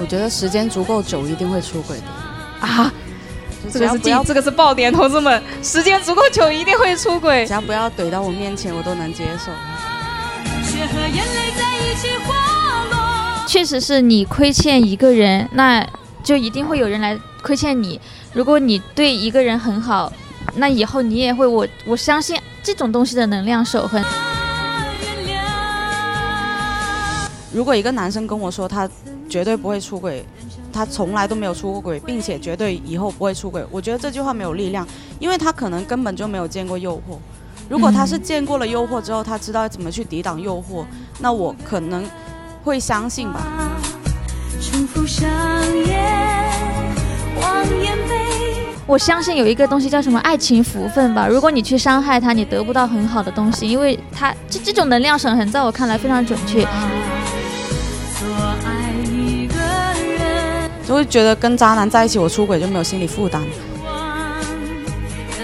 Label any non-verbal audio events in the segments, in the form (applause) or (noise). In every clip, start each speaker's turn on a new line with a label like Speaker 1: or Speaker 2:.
Speaker 1: 我觉得时间足够久，一定会出轨的。
Speaker 2: 啊，
Speaker 1: 就只
Speaker 2: 这个
Speaker 1: 要
Speaker 2: 是
Speaker 1: 不
Speaker 2: 进
Speaker 1: 要，
Speaker 2: 这个是爆点，同志们，时间足够久，一定会出轨
Speaker 1: 只。要不要怼到我面前，我都能接受。
Speaker 3: 血和眼泪在一起滑落。
Speaker 4: 确实是你亏欠一个人，那就一定会有人来亏欠你。如果你对一个人很好，那以后你也会我我相信这种东西的能量守恒。
Speaker 3: 原谅
Speaker 1: 如果一个男生跟我说他绝对不会出轨，他从来都没有出过轨，并且绝对以后不会出轨，我觉得这句话没有力量，因为他可能根本就没有见过诱惑。如果他是见过了诱惑之后，他知道怎么去抵挡诱惑，那我可能会相信吧。
Speaker 3: 重复上演，谎言被
Speaker 4: 我相信有一个东西叫什么爱情福分吧。如果你去伤害他，你得不到很好的东西，因为他这这种能量守恒，在我看来非常准确。
Speaker 3: 做爱一个人，
Speaker 1: 就会觉得跟渣男在一起，我出轨就没有心理负担。
Speaker 3: 忘，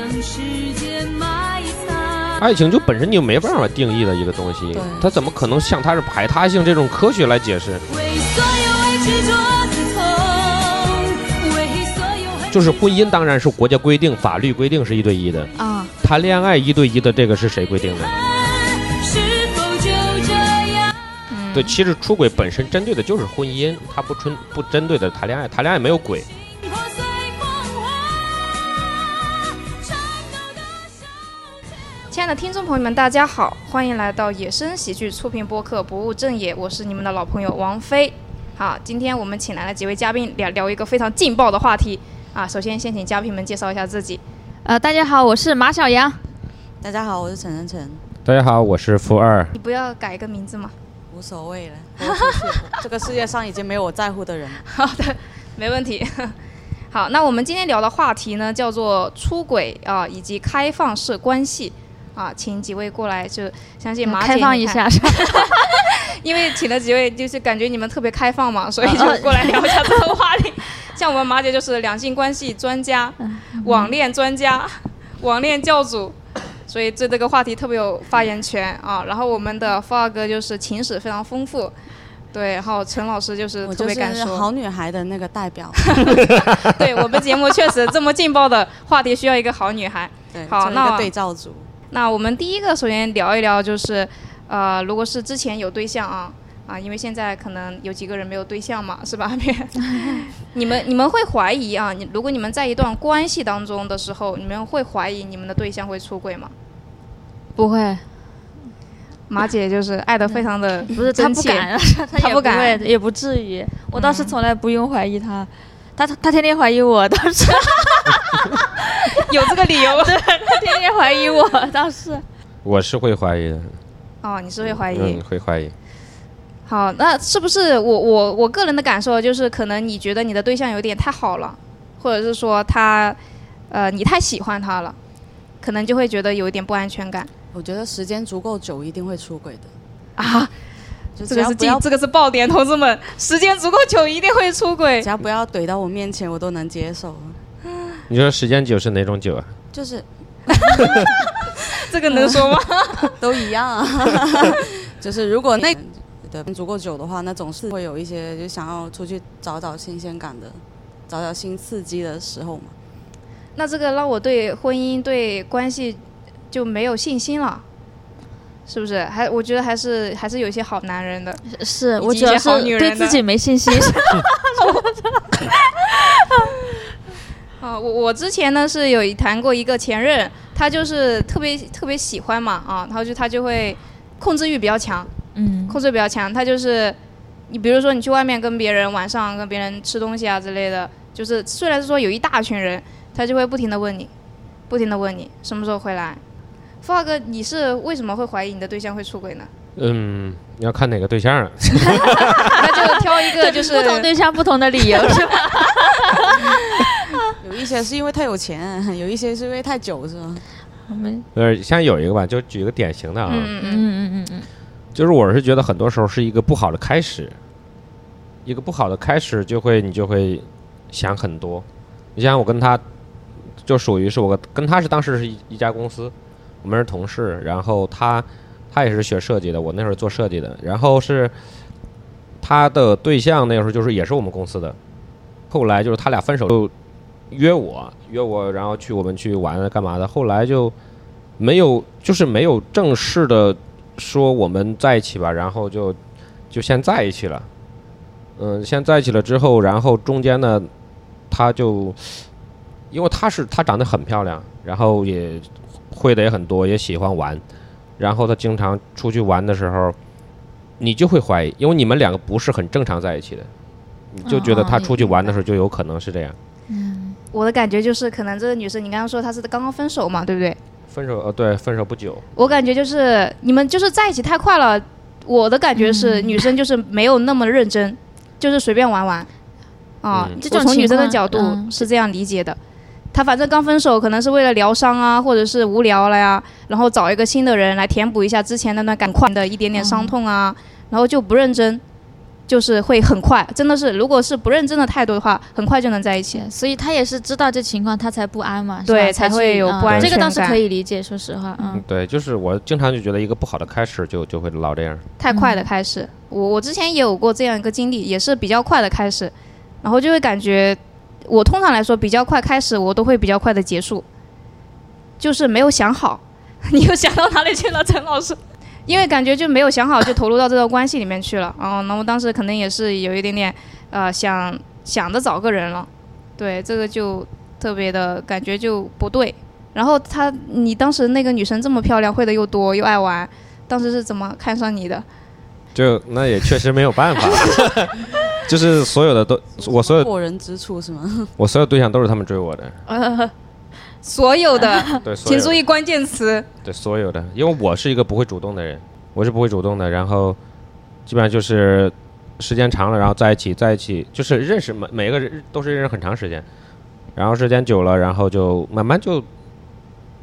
Speaker 3: 让时间埋藏。
Speaker 5: 爱情就本身你就没办法定义的一个东西
Speaker 1: 对，
Speaker 5: 它怎么可能像它是排他性这种科学来解释？
Speaker 3: 为所有爱执着的痛，为所有恨
Speaker 5: 就是婚姻当然是国家规定、法律规定是一对一的，
Speaker 4: 啊，
Speaker 5: 谈恋爱一对一的这个是谁规定的？
Speaker 3: 是否就这样？
Speaker 4: 嗯
Speaker 5: 对，其实出轨本身针对的就是婚姻，它不纯不针对的谈恋爱，谈恋爱没有鬼。
Speaker 3: 破碎梦话，颤抖的手。
Speaker 2: 亲爱的听众朋友们，大家好，欢迎来到野生喜剧触屏播客不务正业，我是你们的老朋友王菲。好，今天我们请来了几位嘉宾聊聊一个非常劲爆的话题啊。首先，先请嘉宾们介绍一下自己。
Speaker 4: 呃，大家好，我是马小杨。
Speaker 1: 大家好，我是陈晨晨，
Speaker 5: 大家好，我是负二。
Speaker 2: 你不要改一个名字吗？
Speaker 1: 无所谓了，我出去了 (laughs) 这个世界上已经没有我在乎的人。
Speaker 2: 好的，没问题。 (laughs) 好，那我们今天聊的话题呢，叫做出轨啊、以及开放式关系啊，请几位过来，就相信马姐
Speaker 4: 开放一
Speaker 2: 你看，
Speaker 4: 下，是吧
Speaker 2: 因为请了几位，就是感觉你们特别开放嘛，
Speaker 1: 嗯
Speaker 2: 所以就
Speaker 1: 哦
Speaker 4: 呃
Speaker 2: 过来聊一下这个话题。 (laughs) 像我们马姐就是两性关系专家、网恋专家、网恋教主。所以对这个话题特别有发言权啊，然后我们的富二哥就是情史非常丰富，对，然后陈老师就是
Speaker 1: 我
Speaker 2: 特
Speaker 1: 就
Speaker 2: 别敢
Speaker 1: 是
Speaker 2: 说，
Speaker 1: 好女孩的那个代表。 (laughs)
Speaker 2: 对我们节目确实这么劲爆的话题需要一个好女孩。
Speaker 1: 对，
Speaker 2: 好
Speaker 1: 做一
Speaker 2: 那
Speaker 1: 个对照组。
Speaker 2: 那我们第一个首先聊一聊就是，呃，如果是之前有对象啊啊，因为现在可能有几个人没有对象嘛，是吧？ (laughs) 你 (laughs) 们你们会怀疑啊？你如果你们在一段关系当中的时候，你们会怀疑你们的对象会出轨吗？
Speaker 4: 不会，
Speaker 2: 马姐就是爱的非常的
Speaker 4: 不是他
Speaker 2: 真
Speaker 4: 不
Speaker 2: 切
Speaker 4: 敢， (laughs) 他
Speaker 2: 他
Speaker 4: 也
Speaker 2: 不
Speaker 4: 不
Speaker 2: 敢
Speaker 4: 会，也不至于。我倒是从来不用怀疑他，他他天天怀疑我，倒是
Speaker 2: (laughs) 有这个理 (laughs) 由
Speaker 4: 他天天怀疑我，倒是。
Speaker 5: 我是会怀疑的，
Speaker 2: 哦，你是会怀疑。
Speaker 5: 嗯，会怀疑。
Speaker 2: 好，那是不是我我我个人的感受就是，可能你觉得你的对象有点太好了，或者是说他，呃，你太喜欢他了，可能就会觉得有一点不安全感
Speaker 1: 我觉得时间足够久，一定会出轨的。
Speaker 2: 啊。
Speaker 1: 就只
Speaker 2: 这个
Speaker 1: 要
Speaker 2: 是
Speaker 1: 不
Speaker 2: 进
Speaker 1: 要，，
Speaker 2: 这个是爆点，同志们，时间足够久，一定会出轨
Speaker 1: 只。要不要怼到我面前，我都能接受。
Speaker 5: 你说时间久是哪种久啊？
Speaker 1: 就是
Speaker 2: 这嗯个能说吗？
Speaker 1: (laughs) 都一样 (laughs) 啊，就是如果那对足够久的话，那总是会有一些就想要出去找找新鲜感的，找找新刺激的时候嘛。
Speaker 2: (laughs) 那这个让我对婚姻、对关系就没有信心了，是不是？还我觉得还是还是有一些好男人的。
Speaker 4: 是
Speaker 2: 以
Speaker 4: 我
Speaker 2: 及
Speaker 4: 主
Speaker 2: 一
Speaker 4: 要
Speaker 2: 些
Speaker 4: 是
Speaker 2: 好女
Speaker 4: 对
Speaker 2: 人
Speaker 4: 自
Speaker 2: 的
Speaker 4: 己没
Speaker 2: (laughs)
Speaker 4: 信心。
Speaker 2: 啊，我我之前呢是有一谈过一个前任，他就是特别特别喜欢嘛啊，然后就他就会控制欲比较强，
Speaker 4: 嗯，
Speaker 2: 控制欲比较强，他就是你比如说你去外面跟别人晚上跟别人吃东西啊之类的，就是虽然是说有一大群人，他就会不停的问你，不停的问你什么时候回来。富二哥，你是为什么会怀疑你的对象会出轨呢？
Speaker 5: 嗯，你要看哪个对象啊？
Speaker 2: 那就挑一个就是
Speaker 4: 不同 (laughs) 对象不同
Speaker 2: (laughs)
Speaker 4: 的理由是吧？
Speaker 1: 有一些是因为太有钱，有一些是因为太久，是吗？
Speaker 4: 我们
Speaker 5: 呃，像有一个吧，就举一个典型的啊，
Speaker 2: 嗯嗯嗯，
Speaker 4: 嗯嗯嗯嗯
Speaker 5: 就是我是觉得很多时候是一个不好的开始，一个不好的开始就会你就会想很多。你像我跟他，就属于是我跟他是当时是一一家公司，我们是同事，然后他他也是学设计的，我那会儿做设计的，然后是他他的对象那个时候就是也是我们公司的，后来就是他俩分手就约我约我，然后去我们去玩啊干嘛的，后来就没有就是没有正式的说我们在一起吧，然后就就先在一起了。嗯，先在一起了之后，然后中间呢，他就因为她是她长得很漂亮，然后也会的也很多，也喜欢玩，然后她经常出去玩的时候，你就会怀疑，因为你们两个不是很正常在一起的，你就觉得
Speaker 4: 哦
Speaker 5: 她
Speaker 4: 也
Speaker 5: 出去
Speaker 4: 明
Speaker 5: 玩的
Speaker 4: 白
Speaker 5: 时候就有可能是这样。
Speaker 2: 我的感觉就是，可能这个女生，你刚刚说她是刚刚分手嘛，对不对？
Speaker 5: 分手呃，对，分手不久，
Speaker 2: 我感觉就是你们就是在一起太快了。我的感觉是，女生就是没有那么认真，就是随便玩玩。啊，
Speaker 5: 嗯
Speaker 2: 我
Speaker 4: 这种
Speaker 2: 从女
Speaker 4: 情
Speaker 2: 生的
Speaker 4: 况
Speaker 2: 角度
Speaker 4: 嗯
Speaker 2: 是这样理解的。她反正刚分手，可能是为了疗伤啊，或者是无聊了呀，然后找一个新的人来填补一下之前那段感快的一点点伤痛啊，然后就不认真，就是会很快，真的是，如果是不认真的态度的话，很快就能在一起。
Speaker 4: 对嗯所以他也是知道这情况，他才不安嘛，是吧
Speaker 2: 对才
Speaker 4: 去
Speaker 2: 会有
Speaker 4: 嗯
Speaker 2: 不安
Speaker 4: 这个
Speaker 2: 全
Speaker 4: 倒是
Speaker 2: 感
Speaker 4: 可以理解，说实话，嗯
Speaker 5: 嗯，对，就是我经常就觉得一个不好的开始就就会老这样。
Speaker 2: 太快的开始。我我之前也有过这样一个经历，也是比较快的开始，然后就会感觉，我通常来说比较快开始，我都会比较快的结束，就是没有想好。 (laughs) 你又想到哪里去了，陈老师？因为感觉就没有想好，就投入到这段关系里面去了。嗯，那我当时可能也是有一点点，呃，想想着找个人了，对，这个就特别的感觉就不对。然后她，你当时那个女生这么漂亮，会的又多又爱玩，当时是怎么看上你的？
Speaker 5: 就那也确实没有办法， (laughs) 就是所有的都我所有
Speaker 1: 过人之处是吗？
Speaker 5: 我所有对象都是他们追我的，
Speaker 2: 所有的，
Speaker 5: 对， (laughs) 所
Speaker 2: 请
Speaker 5: 有的
Speaker 2: 注意关键词。
Speaker 5: 对所有的，因为我是一个不会主动的人，我是不会主动的。然后基本上就是时间长了，然后在一起，在一起就是认识每每个人都是认识很长时间，然后时间久了，然后就慢慢就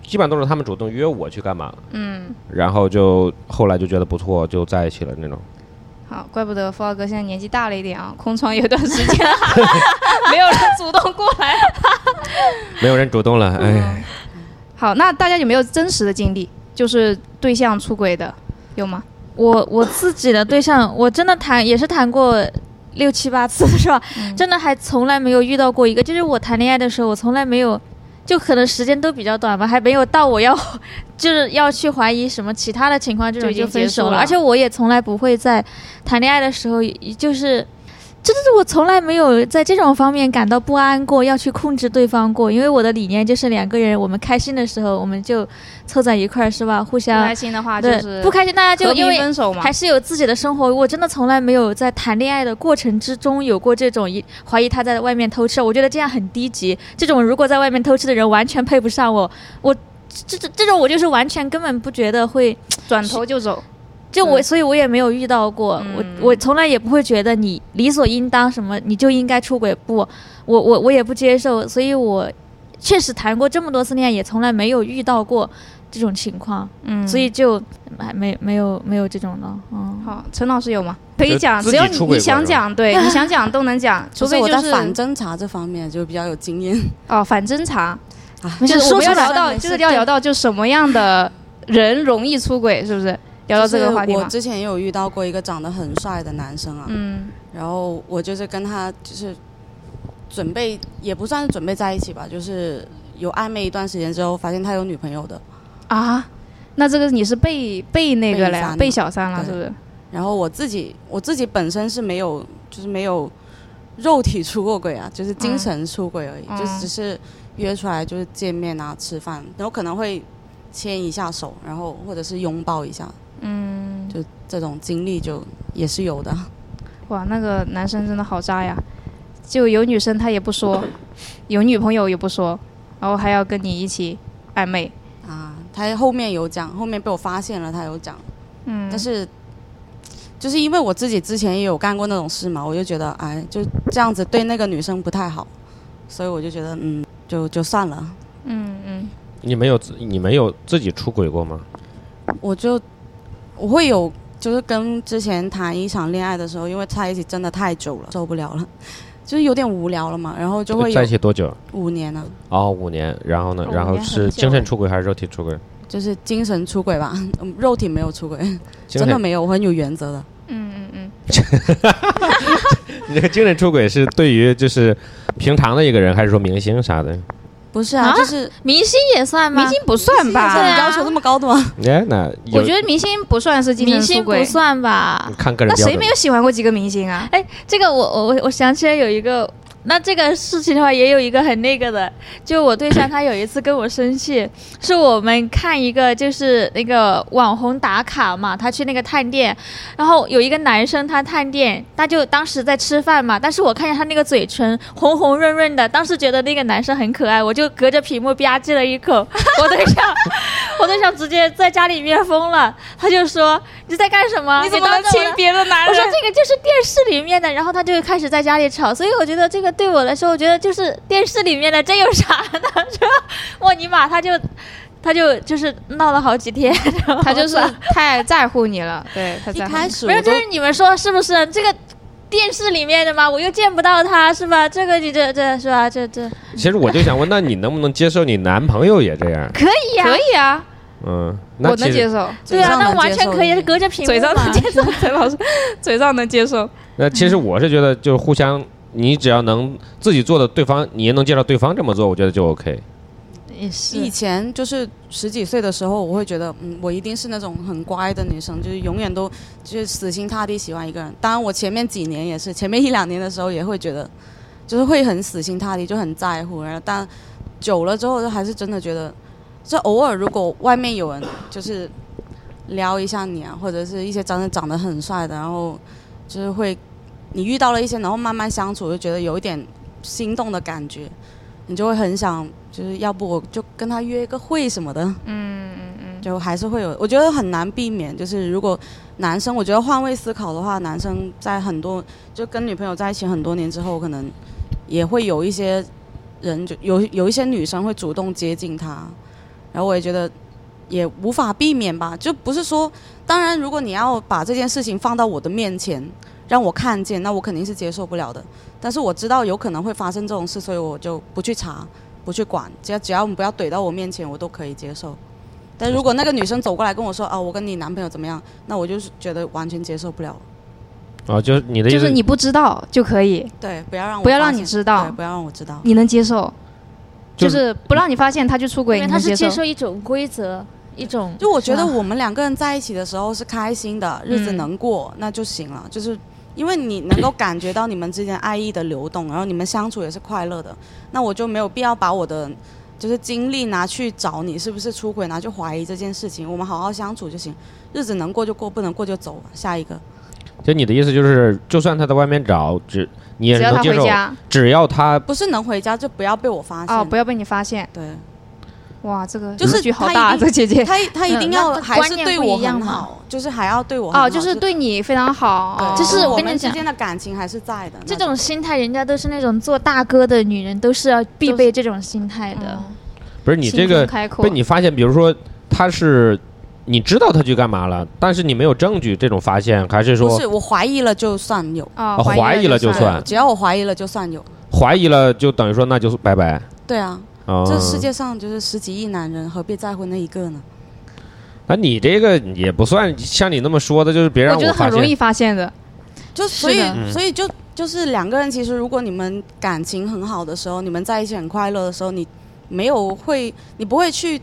Speaker 5: 基本上都是他们主动约我去干嘛，
Speaker 2: 嗯，
Speaker 5: 然后就后来就觉得不错，就在一起了那种。
Speaker 2: 好，怪不得富二哥现在年纪大了一点啊，空窗有一段时 (laughs) 间没有人主动过来。嗯
Speaker 5: 没有人主动了，
Speaker 2: 啊
Speaker 5: 哎，
Speaker 2: 好，那大家有没有真实的经历，就是对象出轨的，有吗？
Speaker 4: 我我自己的对象，我真的谈也是谈过六七八次，是吧？
Speaker 2: 嗯
Speaker 4: 真的还从来没有遇到过一个，就是我谈恋爱的时候，我从来没有，就可能时间都比较短吧，还没有到我要 (laughs) 就是要去怀疑什么其他的情况，这
Speaker 2: 就
Speaker 4: 种
Speaker 2: 已经
Speaker 4: 就分
Speaker 2: 结
Speaker 4: 手
Speaker 2: 束了
Speaker 4: 而且我也从来不会在谈恋爱的时候，就是。真的是我从来没有在这种方面感到不安过，要去控制对方过，因为我的理念就是两个人，我们开心的时候我们就凑在一块儿，是吧？互
Speaker 2: 不
Speaker 4: 相
Speaker 2: 啊开心的话就
Speaker 4: 对
Speaker 2: 是
Speaker 4: 不开心，大家就
Speaker 2: 和
Speaker 4: 因
Speaker 2: 平
Speaker 4: 为
Speaker 2: 分手嘛
Speaker 4: 还。是有自己的生活。我真的从来没有在谈恋爱的过程之中有过这种一怀疑他在外面偷吃，我觉得这样很低级。这种如果在外面偷吃的人完全配不上我，我这这这种我就是完全根本不觉得会，
Speaker 2: 转头就走，
Speaker 4: 就我、
Speaker 2: 嗯
Speaker 4: 所以我也没有遇到过，
Speaker 2: 嗯
Speaker 4: 我我从来也不会觉得你理所应当什么你就应该出轨，不，我我我也不接受，所以我确实谈过这么多次恋爱，也从来没有遇到过这种情况，
Speaker 2: 嗯
Speaker 4: 所以就哎没没有没有这种的，嗯。
Speaker 2: 好，陈老师有吗？可以
Speaker 5: 就
Speaker 2: 讲，
Speaker 5: 自
Speaker 2: 只要
Speaker 5: 己
Speaker 2: 你
Speaker 5: 出轨
Speaker 2: 你
Speaker 5: 过
Speaker 2: 想
Speaker 5: 是吧
Speaker 2: 讲，对你想讲都能 (laughs) 讲，除非
Speaker 1: 我
Speaker 2: 就
Speaker 1: 在
Speaker 2: 是
Speaker 1: 反侦查这方面就比较有经验。
Speaker 2: 哦反侦查，
Speaker 4: 没
Speaker 2: 就
Speaker 4: 事，
Speaker 2: 是我们
Speaker 4: 说出
Speaker 2: 要
Speaker 4: 来
Speaker 2: 聊到，
Speaker 4: 没事
Speaker 2: 就是要聊到就什么样的人容易出轨，是不是？聊到这个话题
Speaker 1: 就是我
Speaker 2: 吗？
Speaker 1: 之前也有遇到过一个长得很帅的男生啊，
Speaker 2: 嗯
Speaker 1: 然后我就是跟他就是准备也不算是准备在一起吧，就是有暧昧一段时间之后，发现他有女朋友的，
Speaker 2: 啊，那这个你是被被那个
Speaker 1: 被
Speaker 2: 了呀
Speaker 1: 删，了
Speaker 2: 被小三了，
Speaker 1: 对
Speaker 2: 是不是？
Speaker 1: 然后我自己我自己本身是没有就是没有肉体出过轨啊，就是精神出轨而已，
Speaker 2: 嗯
Speaker 1: 就只是约出来就是见面啊吃饭，然后可能会牵一下手，然后或者是拥抱一下，
Speaker 2: 嗯，
Speaker 1: 就这种经历就也是有的。
Speaker 2: 哇，那个男生真的好渣呀！就有女生他也不说，有女朋友也不说，然后还要跟你一起暧昧。
Speaker 1: 啊，他后面有讲，后面被我发现了，他有讲，
Speaker 2: 嗯，
Speaker 1: 但是就是因为我自己之前也有干过那种事嘛，我就觉得哎，就这样子对那个女生不太好，所以我就觉得嗯，就就算了，
Speaker 2: 嗯嗯，
Speaker 5: 你没有自你没有自己出轨过吗？
Speaker 1: 我就我会有就是跟之前谈一场恋爱的时候，因为在一起真的太久了，受不了了，就是有点无聊了嘛，然后就会
Speaker 5: 在
Speaker 1: 有
Speaker 5: 一起多久？
Speaker 1: 五年呢、
Speaker 5: 哦，五年。然后呢
Speaker 2: 哦？
Speaker 5: 然
Speaker 2: 五
Speaker 5: 后
Speaker 2: 年很
Speaker 5: 是
Speaker 2: 久
Speaker 5: 精神出轨还是肉体出轨？
Speaker 1: 就是 (laughs) 精神出轨吧，嗯肉体没有出轨，
Speaker 5: 精
Speaker 1: 真的
Speaker 5: 神
Speaker 1: 没有，我很有原则的。
Speaker 2: 嗯嗯嗯，
Speaker 5: 你这个精神出轨是对于就是平常的一个人，还是说明星啥的？
Speaker 1: 不是啊，
Speaker 4: 啊
Speaker 1: 就是
Speaker 4: 明星也算吗？
Speaker 2: 明星不算
Speaker 1: 这
Speaker 4: 对
Speaker 2: 吧？
Speaker 4: 啊
Speaker 1: 要求这么高的吗？
Speaker 5: 哎，那有
Speaker 2: 我觉得明星不算是精神
Speaker 4: 明
Speaker 2: 出
Speaker 4: 星
Speaker 2: 轨
Speaker 4: 不。算吧？
Speaker 5: 看个人
Speaker 2: 那
Speaker 5: 标
Speaker 2: 谁
Speaker 5: 准
Speaker 2: 没。有喜欢过几个明星啊？
Speaker 4: 哎，这个我我我我想起来有一个，那这个事情的话也有一个很那个的，就我对象他有一次跟我生气，是我们看一个就是那个网红打卡嘛，他去那个探店，然后有一个男生他探店，他就当时在吃饭嘛，但是我看见他那个嘴唇红红润润的，当时觉得那个男生很可爱，我就隔着屏幕吧唧了一口， (laughs) 我对象我对象直接在家里面疯了，他就说你在干什么？
Speaker 2: 怎么能
Speaker 4: 当着我的
Speaker 2: 亲别的男
Speaker 4: (laughs) 我说
Speaker 2: 人？
Speaker 4: 这个就是电视里面的，然后他就开始在家里吵，所以我觉得这个对我来说，我觉得就是电视里面的，这有啥呢？ (laughs) 这我尼玛，他就他就就是闹了好几天， (laughs)
Speaker 2: 他就是太在乎你了，对他
Speaker 1: 一
Speaker 2: 在乎你。
Speaker 1: 开始
Speaker 4: 没有，
Speaker 1: 我
Speaker 4: 就
Speaker 1: 都
Speaker 4: 是你们说是不是这个？电视里面的嘛，我又见不到他，是吧？这个你这这是吧？这这
Speaker 5: 其实我就想问，那你能不能接受你男朋友也这样？
Speaker 4: 可以呀、
Speaker 2: 可以啊， (laughs)
Speaker 5: 嗯，那
Speaker 2: 我能
Speaker 5: 其
Speaker 2: 接
Speaker 5: 实
Speaker 2: 受，
Speaker 4: 对啊，那完全可以，
Speaker 1: 的。
Speaker 4: 隔着屏幕
Speaker 2: 嘴上
Speaker 4: 嘛
Speaker 2: 能接受，陈老师嘴上能接受。
Speaker 5: 那其实我是觉得，就是互相，你只要能自己做的，对方你也能接受对方这么做，我觉得就 OK。
Speaker 4: 也是
Speaker 1: 以前就是十几岁的时候，我会觉得，嗯，我一定是那种很乖的女生，就是永远都就是死心塌地喜欢一个人。当然，我前面几年也是，前面一两年的时候也会觉得，就是会很死心塌地，就很在乎。然后，但久了之后，就还是真的觉得，就偶尔如果外面有人就是撩一下你啊，或者是一些长得长得很帅的，然后就是会你遇到了一些，然后慢慢相处，就觉得有一点心动的感觉。你就会很想，就是要不我就跟他约一个会什么的，
Speaker 2: 嗯嗯嗯，
Speaker 1: 就还是会有。我觉得很难避免，就是如果男生，我觉得换位思考的话，男生在很多就跟女朋友在一起很多年之后，可能也会有一些人就有有一些女生会主动接近他，然后我也觉得也无法避免吧，就不是说，当然如果你要把这件事情放到我的面前。让我看见，那我肯定是接受不了的。但是我知道有可能会发生这种事，所以我就不去查，不去管，只要只要你不要怼到我面前，我都可以接受。但如果那个女生走过来跟我说啊，我跟你男朋友怎么样，那我就是觉得完全接受不了。
Speaker 5: 啊，就是你的意
Speaker 2: 就
Speaker 5: 思
Speaker 2: 是，你不知道就可以，
Speaker 1: 对，不要让我
Speaker 2: 不要让
Speaker 1: 发
Speaker 2: 你
Speaker 1: 现
Speaker 2: 知道
Speaker 1: 对，不要让我知道。
Speaker 2: 你能接受，
Speaker 5: 就
Speaker 2: 就是不让你发现他就出轨，
Speaker 4: 因为
Speaker 2: 你
Speaker 4: 他
Speaker 2: 能
Speaker 4: 是接
Speaker 2: 受。
Speaker 4: 受一种规则，一种
Speaker 1: 就我觉得
Speaker 4: 是吧
Speaker 1: 我们两个人在一起的时候是开心的，日子
Speaker 2: 嗯
Speaker 1: 能过、那就行了。就是因为你能够感觉到你们之间爱意的流动，然后你们相处也是快乐的，那我就没有必要把我的就是精力拿去找你是不是出轨，拿去怀疑这件事情。我们好好相处就行，日子能过就过，不能过就走，下一个。
Speaker 5: 就你的意思就是，就算他在外面找，只你也
Speaker 2: 只
Speaker 5: 是
Speaker 2: 要
Speaker 5: 能
Speaker 2: 他
Speaker 5: 接
Speaker 2: 回
Speaker 5: 受，
Speaker 2: 家
Speaker 5: 只要他
Speaker 1: 不是能回家就不要被我发现。
Speaker 2: 哦，啊不要被你发现。
Speaker 1: 对。
Speaker 2: 哇，这个
Speaker 1: 就是
Speaker 2: 格局好
Speaker 1: 他一
Speaker 2: 大啊，
Speaker 1: 定
Speaker 2: 这姐姐。
Speaker 1: 他他一定要
Speaker 4: 嗯那
Speaker 1: 还是
Speaker 4: 观念
Speaker 1: 对
Speaker 4: 不
Speaker 1: 我
Speaker 4: 一样
Speaker 1: 很
Speaker 4: 嘛
Speaker 1: 好，就是还要 (laughs) 对我很
Speaker 2: 哦，
Speaker 1: 好
Speaker 2: 就是对你非常好，啊
Speaker 1: 就
Speaker 4: 就是是
Speaker 1: 我
Speaker 4: 我跟
Speaker 1: 们
Speaker 4: 你
Speaker 1: 之
Speaker 4: 讲
Speaker 1: 间的感情还是在的。
Speaker 4: 这种心态，人家都是那种做大哥的女人，都是要必备这种心态的。
Speaker 1: 嗯
Speaker 2: 嗯
Speaker 5: 不是你这个
Speaker 2: 开阔
Speaker 5: 被，你发现，比如说他是你知道他去干嘛了，但是你没有证据，这种发现还是
Speaker 1: 不
Speaker 5: 说
Speaker 1: 是我怀疑了就算有，
Speaker 2: 啊
Speaker 5: 啊怀疑
Speaker 2: 了
Speaker 5: 了就
Speaker 2: 算。
Speaker 5: 算
Speaker 1: 只要我怀疑了就算有。
Speaker 5: 怀疑了就等于说那就是拜拜
Speaker 1: 对啊，
Speaker 5: 啊？
Speaker 1: 这世界上就是十几亿男人，何必在乎那一个呢？
Speaker 5: 那你这个也不算像你那么说的，就是别让
Speaker 2: 觉得很
Speaker 5: 发
Speaker 2: 容
Speaker 5: 现
Speaker 2: 易。发现的，
Speaker 1: 就是所以
Speaker 2: 的
Speaker 5: 嗯
Speaker 1: 所以就就是两个人，其实如果你们感情很好的时候，你们在一起很快乐的时候，你没有会，你不会去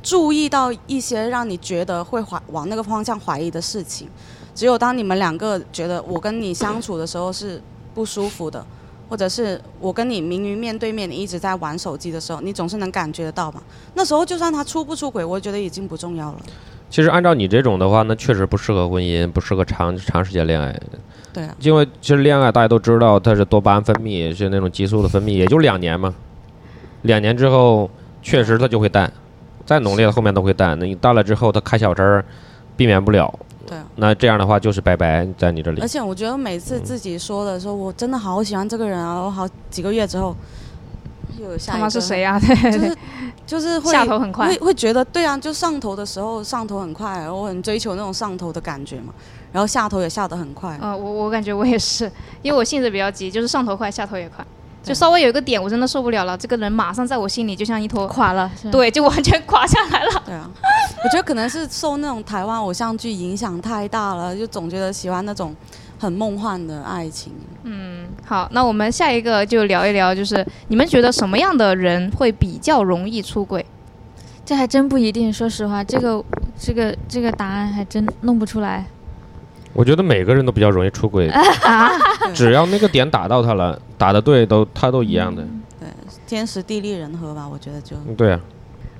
Speaker 1: 注意到一些让你觉得会怀往那个方向怀疑的事情。只有当你们两个觉得我跟你相处的时候是不舒服的，或者是我跟你明明面对面，你一直在玩手机的时候，你总是能感觉得到嘛。那时候就算他出不出轨，我觉得已经不重要了。
Speaker 5: 其实按照你这种的话，那确实不适合婚姻，不适合长长时间恋爱。
Speaker 1: 对啊，
Speaker 5: 因为其实恋爱大家都知道，它是多巴胺分泌，是那种激素的分泌，也就两年嘛。两年之后，确实它就会淡，再浓烈的后面都会淡。那你淡了之后，它开小差儿，避免不了。
Speaker 1: 对啊。
Speaker 5: 那这样的话就是拜拜，在你这里
Speaker 1: 而。且我觉得每次自己说的说我真的好喜欢这个人啊，我好几个月之后又有下
Speaker 2: 他
Speaker 1: 一
Speaker 2: 妈
Speaker 1: 个，
Speaker 2: 是谁啊？对对
Speaker 1: 就
Speaker 2: 对
Speaker 1: 是就是会
Speaker 2: (laughs) 下头很快
Speaker 1: 会，会觉得对啊，就上头的时候上头很快，然后我很追求那种上头的感觉嘛，然后下头也下得很快，
Speaker 2: 呃，我我感觉我也是，因为我性子比较急，就是上头快，下头也快，就稍微有一个点我真的受不了了，这个人马上在我心里就像一坨，
Speaker 4: 垮了，是吧
Speaker 2: 对，就完全垮下来了。
Speaker 1: 对啊，我觉得可能是受那种台湾偶像剧影响太大了，就总觉得喜欢那种很梦幻的爱情。
Speaker 2: 嗯，好，那我们下一个就聊一聊，就是你们觉得什么样的人会比较容易出轨？
Speaker 4: 这还真不一定，说实话，这个这个这个答案还真弄不出来。
Speaker 5: 我觉得每个人都比较容易出轨，
Speaker 2: 啊
Speaker 4: 啊
Speaker 1: 对
Speaker 5: (laughs) 只要那个点打到他了，打的对都他都一样的。
Speaker 2: 嗯
Speaker 1: 天时地利人和吧，我觉得就
Speaker 5: 嗯对啊，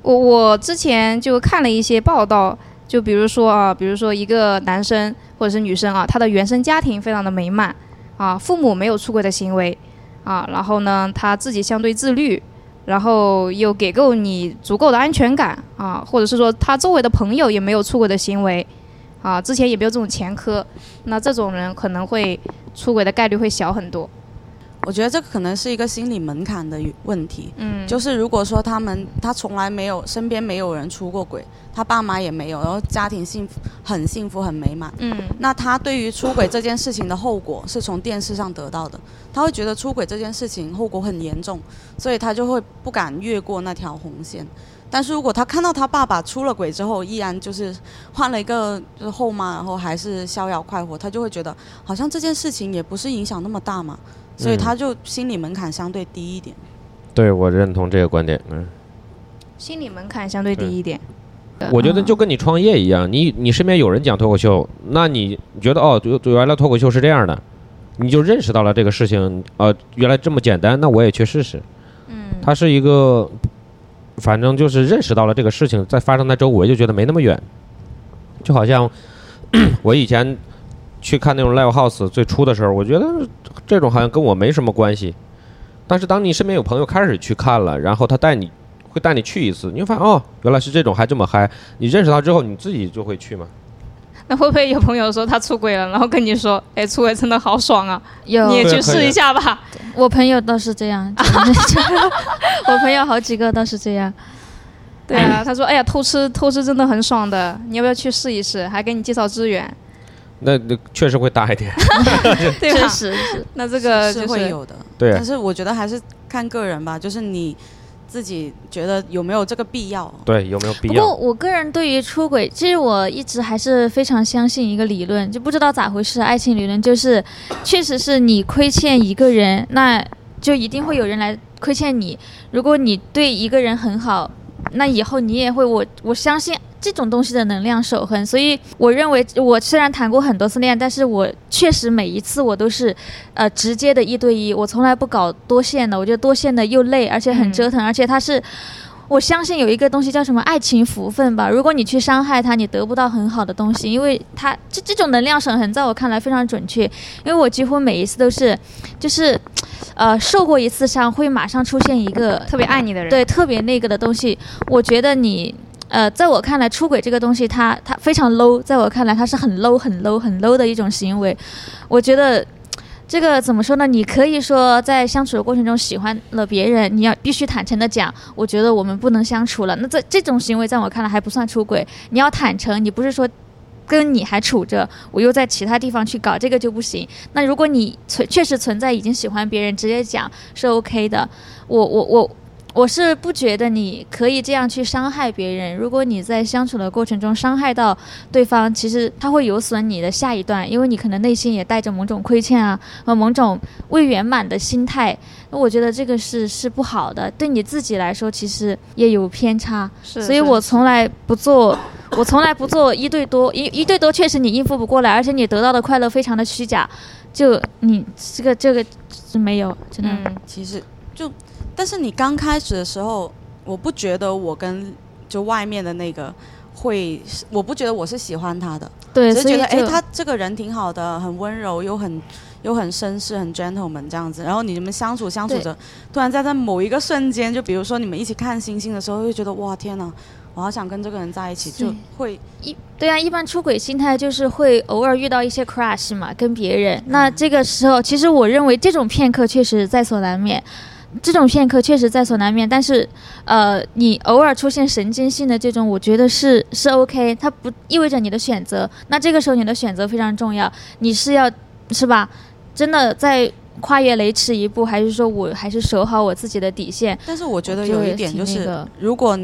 Speaker 2: 我我之前就看了一些报道，就比如说啊，比如说一个男生或者是女生啊，他的原生家庭非常的美满啊，父母没有出轨的行为啊，然后呢，他自己相对自律，然后又给够你足够的安全感啊，或者是说他周围的朋友也没有出轨的行为啊，之前也没有这种前科，那这种人可能会出轨的概率会小很多。
Speaker 1: 我觉得这可能是一个心理门槛的问题。
Speaker 2: 嗯，
Speaker 1: 就是如果说他们他从来没有身边没有人出过轨，他爸妈也没有，然后家庭幸福很幸福很美满，
Speaker 2: 嗯
Speaker 1: 那他对于出轨这件事情的后果是从电视上得到的，他会觉得出轨这件事情后果很严重，所以他就会不敢越过那条红线。但是如果他看到他爸爸出了轨之后，依然就是换了一个就是后妈，然后还是逍遥快活，他就会觉得好像这件事情也不是影响那么大嘛，所以
Speaker 5: 嗯
Speaker 1: 他就心理门槛相对低一点。
Speaker 5: 对我认同这个观点。嗯，
Speaker 2: 心理门槛相对低一点。
Speaker 5: 我觉得
Speaker 2: 嗯
Speaker 5: 就跟你创业一样，你你身边有人讲脱口秀，那你你觉得哦，就就原来脱口秀是这样的，你就认识到了这个事情，呃，原来这么简单，那我也去试试。
Speaker 2: 嗯，
Speaker 5: 它是一个，反正就是认识到了这个事情在发生在周围，就觉得没那么远。就好像 (clears throat) 我以前去看那种 live house 最初的时候，我觉得这种好像跟我没什么关系。但是当你身边有朋友开始去看了，然后他带你会带你去一次，你会发现哦，原来是这种，还这么嗨。你认识到之后，你自己就会去嘛。
Speaker 2: 那会不会有朋友说他出轨了，然后跟你说， (laughs) 哎，出轨真的好爽啊，
Speaker 4: 有
Speaker 2: 你也
Speaker 5: 对
Speaker 2: 去试一下吧？
Speaker 4: 我朋友倒是这
Speaker 2: (laughs)
Speaker 4: 样，我朋友好几个倒是这样。
Speaker 2: 对啊，他说，哎呀，偷吃偷吃真的很爽的，你要不要去试一试？还给你介绍资源，
Speaker 5: 那那确实会大一点，
Speaker 2: 对啊吧
Speaker 4: 确？实啊是，
Speaker 2: 那这个
Speaker 1: 是
Speaker 2: 呃就
Speaker 1: 会
Speaker 2: 是
Speaker 1: 有的，
Speaker 5: 对
Speaker 1: 但是我觉得还是看个人吧，就是你自己觉得有没有这个必要。
Speaker 5: 对，有没有必
Speaker 4: 不过
Speaker 5: 要？
Speaker 4: 我个人对于出轨，其实我一直还是非常相信一个理论，就不知道咋回事。爱情理论就是，确实是你亏欠一个人，那就一定会有人来亏欠你。如果你对一个人很好，那以后你也会我我相信这种东西的能量守恒。所以我认为，我虽然谈过很多次恋爱，但是我确实每一次我都是，呃，直接的一对一，我从来不搞多线的。我觉得多线的又累，而且很
Speaker 2: 嗯
Speaker 4: 折腾，而且它是。我相信有一个东西叫什么爱情福分吧。如果你去伤害他，你得不到很好的东西，因为他这这种能量守恒，在我看来非常准确。因为我几乎每一次都是，就是，呃，受过一次伤，会马上出现一个
Speaker 2: 特别爱你的人，
Speaker 4: 对特别那个的东西，我觉得你。呃，在我看来，出轨这个东西它，它非常 low，在我看来，它是很 low、很 low、很 low 的一种行为。我觉得这个怎么说呢？你可以说在相处的过程中喜欢了别人，你要必须坦诚的讲，我觉得我们不能相处了。那这这种行为在我看来还不算出轨，你要坦诚，你不是说跟你还处着，我又在其他地方去搞，这个就不行。那如果你存确实存在已经喜欢别人，直接讲是 OK 的。我我我我是不觉得你可以这样去伤害别人。如果你在相处的过程中伤害到对方，其实他会有损你的下一段，因为你可能内心也带着某种亏欠啊，和某种未圆满的心态。那我觉得这个是是不好的，对你自己来说其实也有偏差。
Speaker 2: 是，
Speaker 4: 所以
Speaker 2: 是
Speaker 4: 我从来不做，我从来不做一对多，一一对多确实你应付不过来，而且你得到的快乐非常的虚假，就你这个这个是没有，真的，
Speaker 2: 嗯
Speaker 1: 其实就，但是你刚开始的时候，我不觉得我跟就外面的那个会，我不觉得我是喜欢他的，
Speaker 4: 对，
Speaker 1: 只是
Speaker 4: 所以
Speaker 1: 觉得哎，
Speaker 4: 就
Speaker 1: 他这个人挺好的，很温柔，又很又很绅士，很 gentleman 这样子。然后你们相处相处
Speaker 4: 对
Speaker 1: 着，突然在在某一个瞬间，就比如说你们一起看星星的时候，会觉得哇天呐，我好想跟这个人在一起，就
Speaker 4: 对
Speaker 1: 会
Speaker 4: 一对啊，一般出轨心态就是会偶尔遇到一些 crush 嘛，跟别
Speaker 1: 嗯
Speaker 4: 人。那这个时候，其实我认为这种片刻确实在所难免，这种片刻确实在所难免。但是，呃，你偶尔出现神经性的这种，我觉得是是 OK，它不意味着你的选择。那这个时候你的选择非常重要，你是要是吧？真的在跨越雷池一步，还是说我还是守好我自己的底线？
Speaker 1: 但是我觉得
Speaker 4: 就
Speaker 1: 有一
Speaker 4: 也
Speaker 1: 点
Speaker 4: 挺
Speaker 1: 就
Speaker 4: 那
Speaker 1: 是，
Speaker 4: 个
Speaker 1: 如果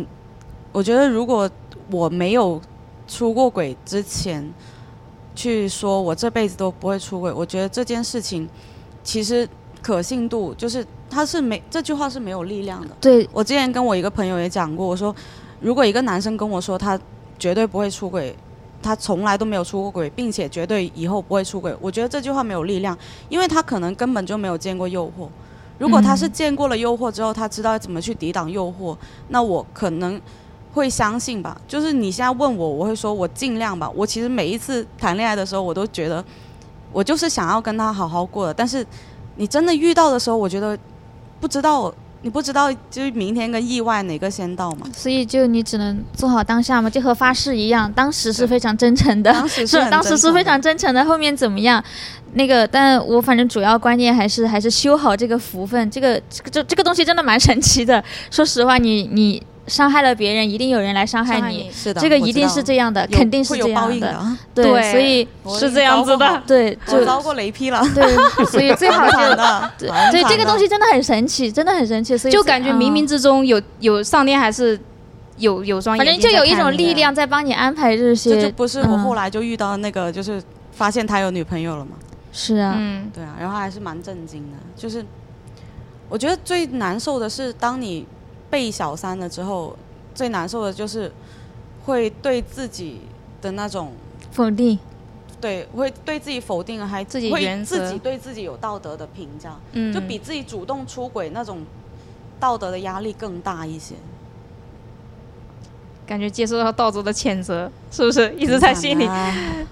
Speaker 1: 我觉得如果我没有出过轨之前，去说我这辈子都不会出轨，我觉得这件事情其实可信度就是它是没这句话是没有力量的。
Speaker 4: 对，
Speaker 1: 我之前跟我一个朋友也讲过，我说如果一个男生跟我说他绝对不会出轨，他从来都没有出过轨，并且绝对以后不会出轨，我觉得这句话没有力量，因为他可能根本就没有见过诱惑。如果他是见过了诱惑之后，他知道怎么去抵挡诱惑，那我可能会相信吧。就是你现在问我，我会说我尽量吧。我其实每一次谈恋爱的时候，我都觉得我就是想要跟他好好过的。但是你真的遇到的时候，我觉得不知道，你不知道就是明天跟意外哪个先到
Speaker 4: (laughs)
Speaker 1: 嘛。
Speaker 4: 所以就你只能做好当下嘛，就和发誓一样，当时是非常真诚的，
Speaker 1: 当时
Speaker 4: (laughs) 是
Speaker 1: 很
Speaker 4: 当时是
Speaker 1: 真诚的
Speaker 4: 非常真诚的，后面怎么样？那个，但我反正主要观念还是还是修好这个福分，这个这个这这个东西真的蛮神奇的。说实话，你你伤害了别人，一定有人来伤害
Speaker 2: 伤害
Speaker 4: 你，
Speaker 1: 是的，
Speaker 4: 这个
Speaker 1: 我
Speaker 4: 一
Speaker 1: 知
Speaker 4: 定
Speaker 1: 道
Speaker 4: 是这样的，
Speaker 1: 有
Speaker 4: 肯定是
Speaker 1: 会
Speaker 4: 这
Speaker 1: 有报
Speaker 4: 样
Speaker 1: 应的。啊。
Speaker 4: 对，
Speaker 2: 对
Speaker 4: 所以
Speaker 1: 我
Speaker 2: 是这样子的，
Speaker 4: 对
Speaker 1: (laughs) 我
Speaker 4: 就
Speaker 1: 遭过雷劈了，
Speaker 4: 对，所以 (laughs) 最好
Speaker 1: (laughs) 蛮
Speaker 4: 就
Speaker 1: 惨的。
Speaker 4: 对
Speaker 1: 蛮
Speaker 4: 对
Speaker 1: 惨
Speaker 4: 这个
Speaker 1: 的
Speaker 4: 东西真的很神奇，真的很神奇，所以
Speaker 2: 就是感觉冥冥。
Speaker 4: 嗯
Speaker 2: 之中有有上天还是有有双眼
Speaker 4: 反正
Speaker 2: 睛
Speaker 4: 就
Speaker 2: 在
Speaker 4: 有一
Speaker 2: 看
Speaker 4: 种
Speaker 2: 你
Speaker 4: 力
Speaker 2: 的，
Speaker 4: 量在帮你安排这些，
Speaker 1: 这就不是我后
Speaker 4: 嗯
Speaker 1: 来就遇到那个，就是发现他有女朋友了嘛。
Speaker 4: 是啊，
Speaker 2: 嗯，
Speaker 1: 对啊，然后还是蛮震惊的，就是我觉得最难受的是，当你被小三了之后，最难受的就是会对自己的那种。
Speaker 4: 否定，
Speaker 1: 对，会对自己否定，还
Speaker 2: 自己
Speaker 1: 会
Speaker 2: 原则
Speaker 1: 自己对自己有道德的评价，
Speaker 2: 嗯
Speaker 1: 就比自己主动出轨那种道德的压力更大一些。
Speaker 2: 感觉接受到道德的谴责，是不是一直在心里？
Speaker 1: 哎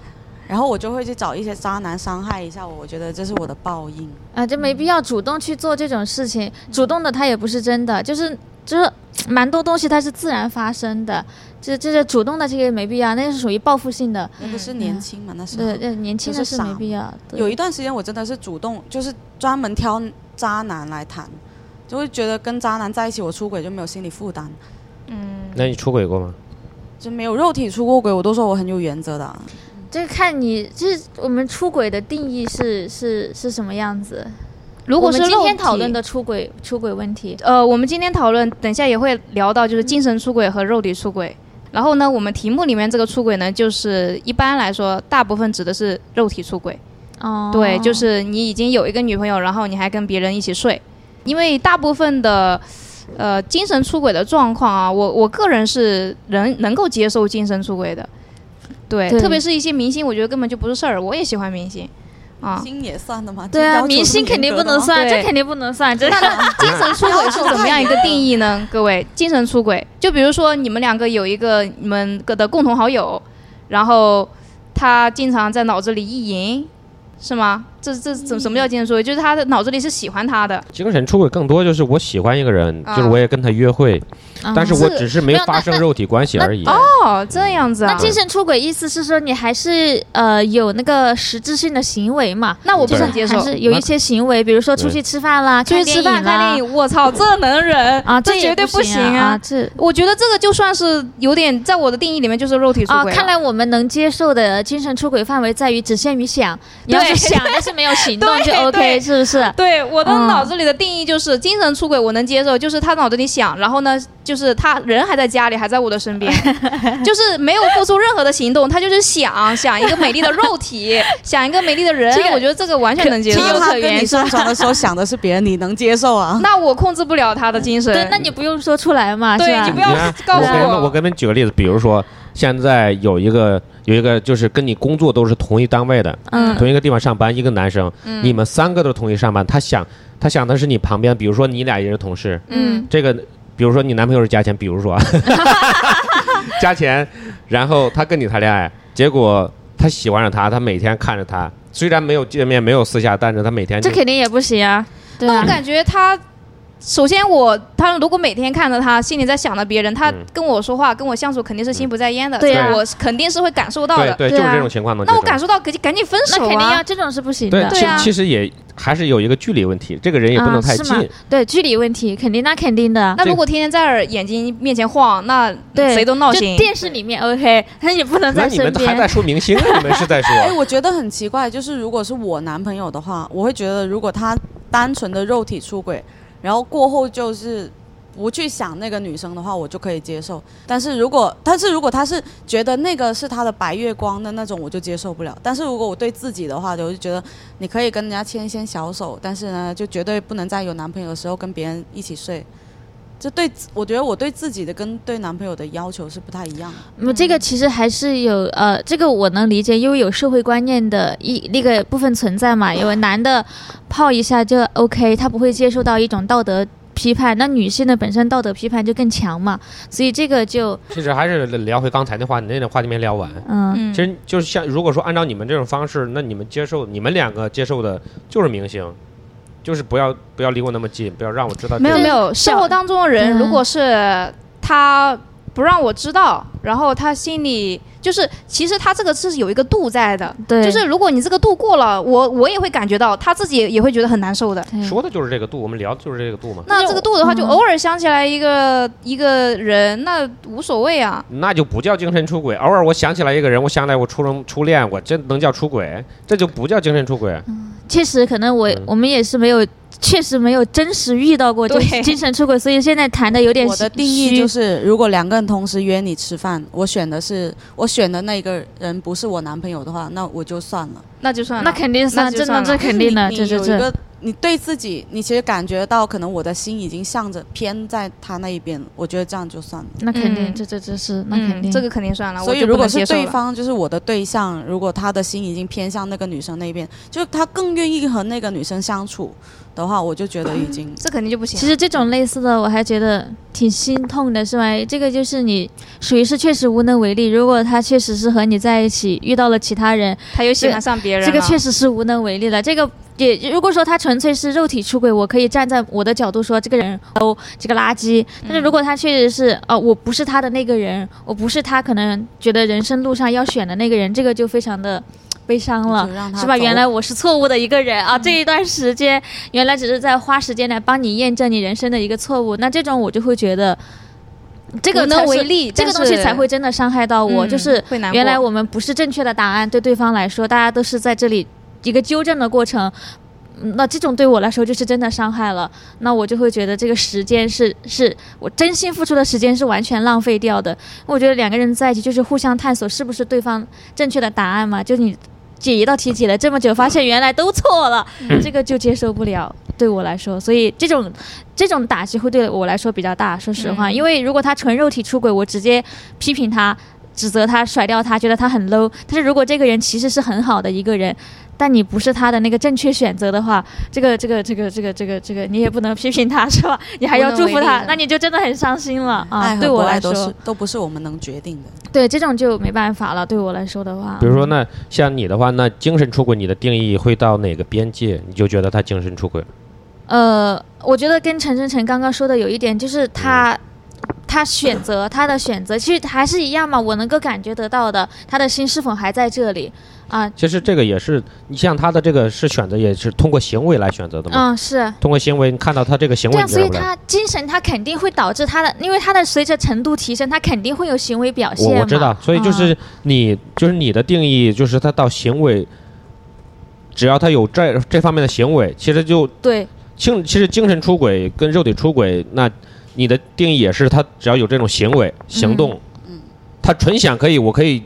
Speaker 1: 然后我就会去找一些渣男伤害一下我，我觉得这是我的报应。
Speaker 4: 啊，就
Speaker 2: 嗯
Speaker 4: 没必要主动去做这种事情，主动的它也不是真的，就是就是蛮多东西它是自然发生的，这这是主动的这个也没必要，那是属于报复性的，
Speaker 1: 那不是
Speaker 2: 嗯
Speaker 1: 年轻嘛，那时候
Speaker 4: 对，对，年轻的
Speaker 1: 就是
Speaker 4: 是
Speaker 1: 傻
Speaker 4: 没必要。对
Speaker 1: 有一段时间我真的是主动，就是专门挑渣男来谈，就会觉得跟渣男在一起，我出轨就没有心理负担，
Speaker 2: 嗯，
Speaker 5: 那你出轨过吗？
Speaker 1: 就没有肉体出过轨，我都说我很有原则的啊。
Speaker 4: 这看你，就是我们出轨的定义是是是什么样子？
Speaker 2: 如果
Speaker 4: 我
Speaker 2: 是
Speaker 4: 们今
Speaker 2: 肉
Speaker 4: 天讨
Speaker 2: 体
Speaker 4: 论的出轨出轨问题，
Speaker 2: 呃，我们今天讨论，等一下也会聊到就是精神出轨和肉体出轨。然后呢，我们题目里面这个出轨呢，就是一般来说，大部分指的是肉体出轨。
Speaker 4: 哦，
Speaker 2: 对，就是你已经有一个女朋友，然后你还跟别人一起睡，因为大部分的。呃，精神出轨的状况啊，我我个人是能能够接受精神出轨的，对，
Speaker 4: 对
Speaker 2: 特别是一些明星，我觉得根本就不是事儿。我也喜欢明星，啊，
Speaker 1: 星也算的吗？
Speaker 4: 对
Speaker 1: 这要
Speaker 4: 啊，
Speaker 1: 求
Speaker 4: 明星
Speaker 1: 这么
Speaker 4: 肯定
Speaker 1: 严
Speaker 4: 不
Speaker 1: 格的
Speaker 4: 能
Speaker 1: 吗
Speaker 4: 算，这
Speaker 2: 对
Speaker 4: 肯定不能算，这 (laughs)
Speaker 2: 精神出轨是怎么样一个定义呢？各位，精神出轨，就比如说你们两个有一个你们的共同好友，然后他经常在脑子里意淫，是吗？这这怎什么叫精神出轨？就是他的脑子里是喜欢他的，
Speaker 5: 精神出轨更多就是我喜欢一个人，
Speaker 2: 啊
Speaker 5: 就是我也跟他约会，但是
Speaker 4: 嗯
Speaker 5: 我只是
Speaker 4: 没
Speaker 5: 没
Speaker 4: 有
Speaker 5: 发
Speaker 4: 那
Speaker 5: 生
Speaker 4: 那
Speaker 5: 肉体关系而已。
Speaker 2: 哦，这样子啊
Speaker 4: 那。精神出轨意思是说你还是呃有那个实质性的行为嘛？
Speaker 2: 那我不
Speaker 4: 就是
Speaker 2: 能接受
Speaker 4: 还，是有一些行为，比如说出去吃饭啦，
Speaker 2: 出去吃饭、看电
Speaker 4: 啦
Speaker 2: 影，我操，这能忍
Speaker 4: 啊，
Speaker 2: 这
Speaker 4: 也
Speaker 2: 绝对
Speaker 4: 不
Speaker 2: 行
Speaker 4: 啊！啊！这
Speaker 2: 我觉得这个就算是有点，在我的定义里面就是肉体出
Speaker 4: 啊，
Speaker 2: 轨了。
Speaker 4: 看来我们能接受的精神出轨范围在于只限于想，你
Speaker 2: 对
Speaker 4: 要是想但是没有行动就
Speaker 2: 对
Speaker 4: OK，
Speaker 2: 对
Speaker 4: 是不是？
Speaker 2: 对，我的
Speaker 4: 嗯
Speaker 2: 脑子里的定义就是精神出轨，我能接受，就是他脑子里想，然后呢，就是他人还在家里，还在我的身边，
Speaker 4: (laughs)
Speaker 2: 就是没有付出任何的行动，他就是想想一个美丽的肉
Speaker 4: (laughs)
Speaker 2: 体，想一个美丽的人
Speaker 4: 这个，
Speaker 2: 我觉得这个完全能接受
Speaker 4: 情。有
Speaker 1: 当
Speaker 4: 可
Speaker 1: 他跟
Speaker 4: 原
Speaker 1: 你上床的时候想的是别人，你能接受啊？
Speaker 2: 那我控制不了他的精神，
Speaker 4: 对，那你不用说出来嘛，
Speaker 2: 对
Speaker 4: 是吧
Speaker 2: 你不
Speaker 5: 你
Speaker 2: 要
Speaker 5: 看
Speaker 2: 告诉
Speaker 5: 嗯我给你们
Speaker 2: 我
Speaker 5: 我给你们举个例子，比如说现在有一个有一个就是跟你工作都是同一单位的，
Speaker 4: 嗯
Speaker 5: 同一个地方上班，一个男生，
Speaker 2: 嗯
Speaker 5: 你们三个都同一上班，他想他想的是你旁边，比如说你俩也是同事，
Speaker 2: 嗯
Speaker 5: 这个比如说你男朋友是加钱，比如说 (laughs) 加钱，然后他跟你谈恋爱，结果他喜欢上他，他每天看着他，虽然没有见面，没有私下，但是他每天
Speaker 4: 这
Speaker 5: 就
Speaker 4: 肯定也不行啊。对
Speaker 2: 那
Speaker 4: 啊
Speaker 2: 我，感觉他。首先我，他如果每天看着他，心里在想着别人，他
Speaker 5: 嗯
Speaker 2: 跟我说话、跟我相处肯定是心不在焉的，
Speaker 4: 对
Speaker 2: 这
Speaker 4: 啊
Speaker 2: 我是肯定是会感受到
Speaker 5: 对
Speaker 2: 的。
Speaker 5: 对，
Speaker 4: 对
Speaker 5: 就是
Speaker 4: 啊
Speaker 5: 这种情况能接
Speaker 2: 那
Speaker 5: 受。
Speaker 2: 我感受到，赶紧赶紧分
Speaker 4: 那
Speaker 2: 手
Speaker 4: 肯定
Speaker 2: 啊
Speaker 4: 要！这种是不行
Speaker 5: 对
Speaker 4: 的，，
Speaker 5: 其
Speaker 2: 啊
Speaker 5: 其实也还是有一个距离问题，这个人也不
Speaker 4: 啊
Speaker 5: 能太
Speaker 4: 是吗
Speaker 5: 近。
Speaker 4: 对距离问题，肯定那肯定的。
Speaker 2: 那
Speaker 5: 这
Speaker 2: 如果天天在眼睛面前晃，那
Speaker 4: 对，
Speaker 2: 谁都闹
Speaker 4: 就
Speaker 2: 心。
Speaker 4: 电视里面 OK，但也不能
Speaker 5: 那
Speaker 4: 在
Speaker 5: 你
Speaker 4: 身
Speaker 5: 们还
Speaker 4: 边。
Speaker 5: 在说明星啊？你们是在说？
Speaker 1: 哎，我觉得很奇怪，就是如果是我男朋友的话，我会觉得如果他单纯的肉体出轨，然后过后就是不去想那个女生的话，我就可以接受。但是如果但是如果他是觉得那个是他的白月光的那种，我就接受不了。但是如果我对自己的话，我就觉得你可以跟人家牵一牵小手，但是呢，就绝对不能在有男朋友的时候跟别人一起睡。这对自我觉得我对自己的跟对男朋友的要求是不太一样的。
Speaker 4: 嗯，这个其实还是有呃，这个我能理解，因为有社会观念的一那个部分存在嘛。因为男的泡一下就 OK，他不会接受到一种道德批判，那女性的本身道德批判就更强嘛，所以这个就
Speaker 5: 其实还是聊回刚才那话，你那个话题没聊完。
Speaker 4: 嗯
Speaker 2: 嗯，
Speaker 5: 其实就是像如果说按照你们这种方式，那你们接受你们两个接受的就是明星，就是不要不要离我那么近，不要让我知道
Speaker 2: 没有
Speaker 5: 这个
Speaker 2: 没有，生活当中的人
Speaker 4: 对
Speaker 2: 如果是他不让我知道，然后他心里就是其实他这个是有一个度在的，
Speaker 4: 对，
Speaker 2: 就是如果你这个度过了，我我也会感觉到，他自己也也会觉得很难受的。
Speaker 4: 对
Speaker 5: 嗯说的就是这个度，我们聊的就是这个度嘛，
Speaker 2: 那这个度的话，就
Speaker 4: 嗯
Speaker 2: 偶尔想起来一个一个人，那无所谓啊。
Speaker 5: 那就不叫精神出轨。偶尔我想起来一个人，我想起来我初中初恋，我真能叫出轨，这就不叫精神出轨。啊
Speaker 4: 确实可能我、
Speaker 5: 嗯
Speaker 4: 我们也是没有。确实没有真实遇到过这
Speaker 2: 对
Speaker 4: 精神出轨，所以现在谈的有点
Speaker 1: 我的
Speaker 4: 虚
Speaker 1: 定义就是，如果两个人同时约你吃饭，我选的是我选的那个人不是我男朋友的话，那我就算了。
Speaker 2: 那就算了，
Speaker 4: 那肯定算，
Speaker 2: 那就
Speaker 4: 真的
Speaker 2: 算
Speaker 4: 这
Speaker 2: 了
Speaker 4: 肯定的，
Speaker 1: 你
Speaker 4: 这
Speaker 1: 你
Speaker 4: 这
Speaker 1: 有一
Speaker 4: 这，
Speaker 1: 个你对自己，你其实感觉到可能我的心已经向着偏在他那一边了，我觉得这样就算了。
Speaker 4: 那肯定，
Speaker 2: 嗯
Speaker 4: 这这这是那肯
Speaker 2: 嗯，
Speaker 4: 定
Speaker 2: 这个肯定算了。
Speaker 1: 所以
Speaker 2: 我就
Speaker 1: 如
Speaker 2: 不
Speaker 1: 果
Speaker 2: 能接
Speaker 1: 是
Speaker 2: 受
Speaker 1: 对
Speaker 2: 了
Speaker 1: 方就是我的对象，如果他的心已经偏向那个女生那边，就是他更愿意和那个女生相处的话，我就觉得已经
Speaker 2: 这肯定就不行了。
Speaker 4: 其实这种类似的，我还觉得挺心痛的，是吧？这个就是你属于是确实无能为力。如果他确实是和你在一起，遇到了其他人，
Speaker 2: 他又喜欢上别人了，
Speaker 4: 这个确实是无能为力的。这个也如果说他纯粹是肉体出轨，我可以站在我的角度说这个人哦，这个垃圾。但是如果他确实是哦，我不是他的那个人，我不是他可能觉得人生路上要选的那个人，这个就非常的悲伤嗯了
Speaker 1: 就。让他
Speaker 4: 是吧？
Speaker 1: 走
Speaker 4: 原来我是错误的一个人
Speaker 2: 嗯
Speaker 4: 啊！这一段时间，原来只是在花时间来帮你验证你人生的一个错误。那这种我就会觉得，这个
Speaker 2: 无能
Speaker 4: 才是
Speaker 2: 为力
Speaker 4: 这个
Speaker 2: 但
Speaker 4: 东西
Speaker 2: 是
Speaker 4: 才会真的伤害到我。
Speaker 2: 嗯
Speaker 4: 就是
Speaker 2: 会难过
Speaker 4: 原来我们不是正确的答案，对对方来说，大家都是在这里一个纠正的过程。嗯那这种对我来说就是真的伤害了，那我就会觉得这个时间是是我真心付出的时间是完全浪费掉的。我觉得两个人在一起就是互相探索是不是对方正确的答案嘛，就你解一道题解了这么久，发现原来都错了，
Speaker 1: 嗯
Speaker 4: 这个就接受不了。对我来说，所以这种这种打击会对我来说比较大。说实话，
Speaker 2: 嗯
Speaker 4: 因为如果他纯肉体出轨，我直接批评他、指责他、甩掉他，觉得他很 low。但是如果这个人其实是很好的一个人，但你不是他的那个正确选择的话，这个这个这个这个这个这个，你也不能批评他是
Speaker 1: (laughs)
Speaker 4: 吧？你还要祝
Speaker 2: 无
Speaker 4: 福
Speaker 2: 能为
Speaker 4: 他
Speaker 2: 力，的
Speaker 4: 那你就真的很伤心了啊！
Speaker 1: 爱
Speaker 4: 对
Speaker 1: 和不
Speaker 4: 我来
Speaker 1: 爱都是
Speaker 4: 说，
Speaker 1: 都不是我们能决定的。
Speaker 4: 对这种就没办法了。对我来说的话，
Speaker 5: 比如说，那像你的话，那精神出轨，你的定义会到哪个边界，你就觉得他精神出轨？
Speaker 4: 呃，我觉得跟陈晨晨刚刚说的有一点，就是
Speaker 5: 嗯
Speaker 4: 他、他选择他的选择，其实还是一样嘛，我能够感觉得到的，他的心是否还在这里啊？
Speaker 5: 其实这个也是，你像他的这个是选择，也是通过行为来选择的嘛。
Speaker 4: 嗯，是
Speaker 5: 通过行为，你看到他这个行
Speaker 4: 对
Speaker 5: 为，
Speaker 4: 啊，
Speaker 5: 你
Speaker 4: 所
Speaker 5: 忍
Speaker 4: 以
Speaker 5: 不了。
Speaker 4: 他精神他肯定会导致他的，因为他的随着程度提升，他肯定会有行为表现
Speaker 5: 我
Speaker 4: 嘛。
Speaker 5: 我知道，所以就是
Speaker 4: 嗯
Speaker 5: 你、就是你的定义，就是他到行为，只要他有这这方面的行为，其实就
Speaker 4: 对
Speaker 5: 精其实精神出轨跟肉体出轨，那你的定义也是他只要有这种行为行动，
Speaker 1: 嗯
Speaker 5: 他纯想可以，我可以。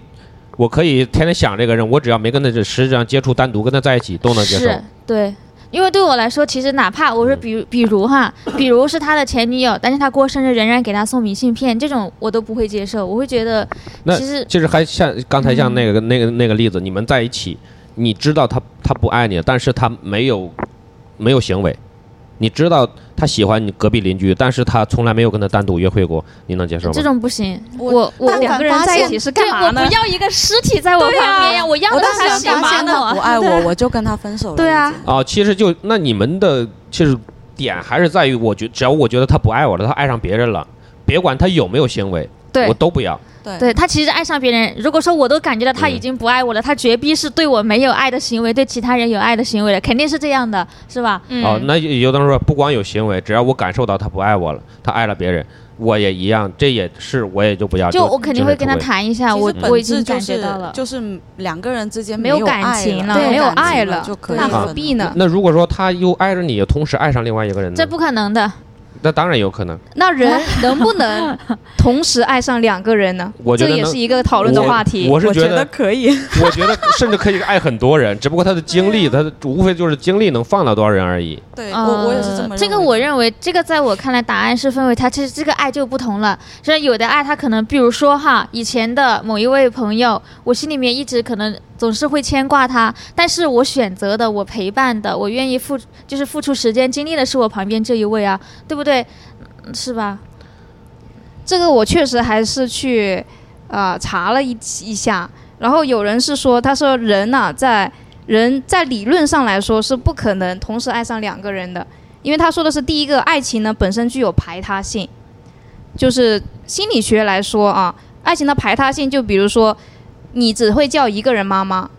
Speaker 5: 我可以天天想这个人，我只要没跟他这实质上接触，单独跟他在一起都能接受嗯
Speaker 4: 是。，对。因为对我来说，其实哪怕我说比如比如哈，比如是他的前女友，但是他过生日仍然给他送明信片，这种我都不会接受，我会觉得
Speaker 5: 那
Speaker 4: 其实
Speaker 5: 就是还像刚才像那个、
Speaker 1: 嗯
Speaker 5: 那个那个例子，你们在一起，你知道他他不爱你，但是他没有没有行为，你知道他喜欢你隔壁邻居，但是他从来没有跟他单独约会过，你能接受吗
Speaker 4: 这？种不行。
Speaker 1: 我
Speaker 4: 我我
Speaker 1: 但
Speaker 2: 两个人在一起是干嘛
Speaker 4: 对我
Speaker 2: 呢
Speaker 4: 不？要一个尸体在我旁
Speaker 2: 对啊
Speaker 4: 边呀，我要
Speaker 1: 我当
Speaker 4: 他
Speaker 1: 时
Speaker 4: 是
Speaker 1: 发
Speaker 4: 干嘛
Speaker 1: 现
Speaker 4: 呢？
Speaker 1: 他不爱我，我就跟他分手了。
Speaker 4: 对啊
Speaker 1: 已经，
Speaker 5: 啊、其实就那你们的其实点还是在于，我觉只要我觉得他不爱我了，他爱上别人了，别管他有没有行为，
Speaker 4: 对
Speaker 5: 我都不要。
Speaker 1: 对
Speaker 4: 对他其实爱上别人，如果说我都感觉到他已经不爱我了，他绝逼是对我没有爱的行为，对其他人有爱的行为了，肯定是这样的，是吧？
Speaker 2: 嗯
Speaker 5: 哦，那有有的人说不光有行为，只要我感受到他不爱我了，他爱了别人，我也一样，这也是我也就不要。
Speaker 4: 就我肯定会跟他
Speaker 5: 就是
Speaker 4: 谈一下，
Speaker 1: 其实
Speaker 4: 我
Speaker 1: 本
Speaker 4: 我已
Speaker 1: 质
Speaker 4: 经感
Speaker 1: 就是
Speaker 4: 觉到了。
Speaker 1: 就是两个人之间
Speaker 2: 没
Speaker 1: 有
Speaker 2: 有感
Speaker 1: 爱
Speaker 2: 情
Speaker 1: 了，
Speaker 2: 了
Speaker 4: 没有
Speaker 1: 感情
Speaker 2: 爱
Speaker 1: 了嗯
Speaker 2: 了
Speaker 1: 就可以
Speaker 2: 那
Speaker 1: 分
Speaker 2: 何必呢？
Speaker 5: 那如果说他又爱着你，同时爱上另外一个人呢？
Speaker 4: 这不可能的，
Speaker 5: 那当然有可能。
Speaker 1: (laughs)
Speaker 2: 那人能不能同时爱上两个人呢？
Speaker 5: 我觉
Speaker 2: 这
Speaker 5: 得
Speaker 2: 也
Speaker 5: 能
Speaker 2: 是一个讨论的话题。
Speaker 5: 我是
Speaker 1: 我
Speaker 5: 觉
Speaker 1: 觉
Speaker 5: 得
Speaker 1: 得可以。
Speaker 5: 我觉得甚至可以爱很多人，只不过他的精力，他的无非就是精力能放到多少人而已。
Speaker 1: 对
Speaker 4: 呃
Speaker 1: 我我也是这么认为的。
Speaker 4: 这
Speaker 1: (laughs)
Speaker 4: 个我认为，这个在我看来，答案是分为它其实这个爱就不同了。就是有的爱，他可能比如说哈，以前的某一位朋友，我心里面一直可能总是会牵挂他，但是我选择的，我陪伴的，我愿意付就是付出时间精力的是我旁边这一位啊，对不对？嗯
Speaker 1: (laughs)
Speaker 4: 是吧？
Speaker 2: 这个我确实还是去呃查了一一下，然后有人是说，他说人呐、在人在理论上来说是不可能同时爱上两个人的，因为他说的是第一个，爱情呢本身具有排他性，就是心理学来说啊，爱情的排他性，就比如说你只会叫一个人妈妈，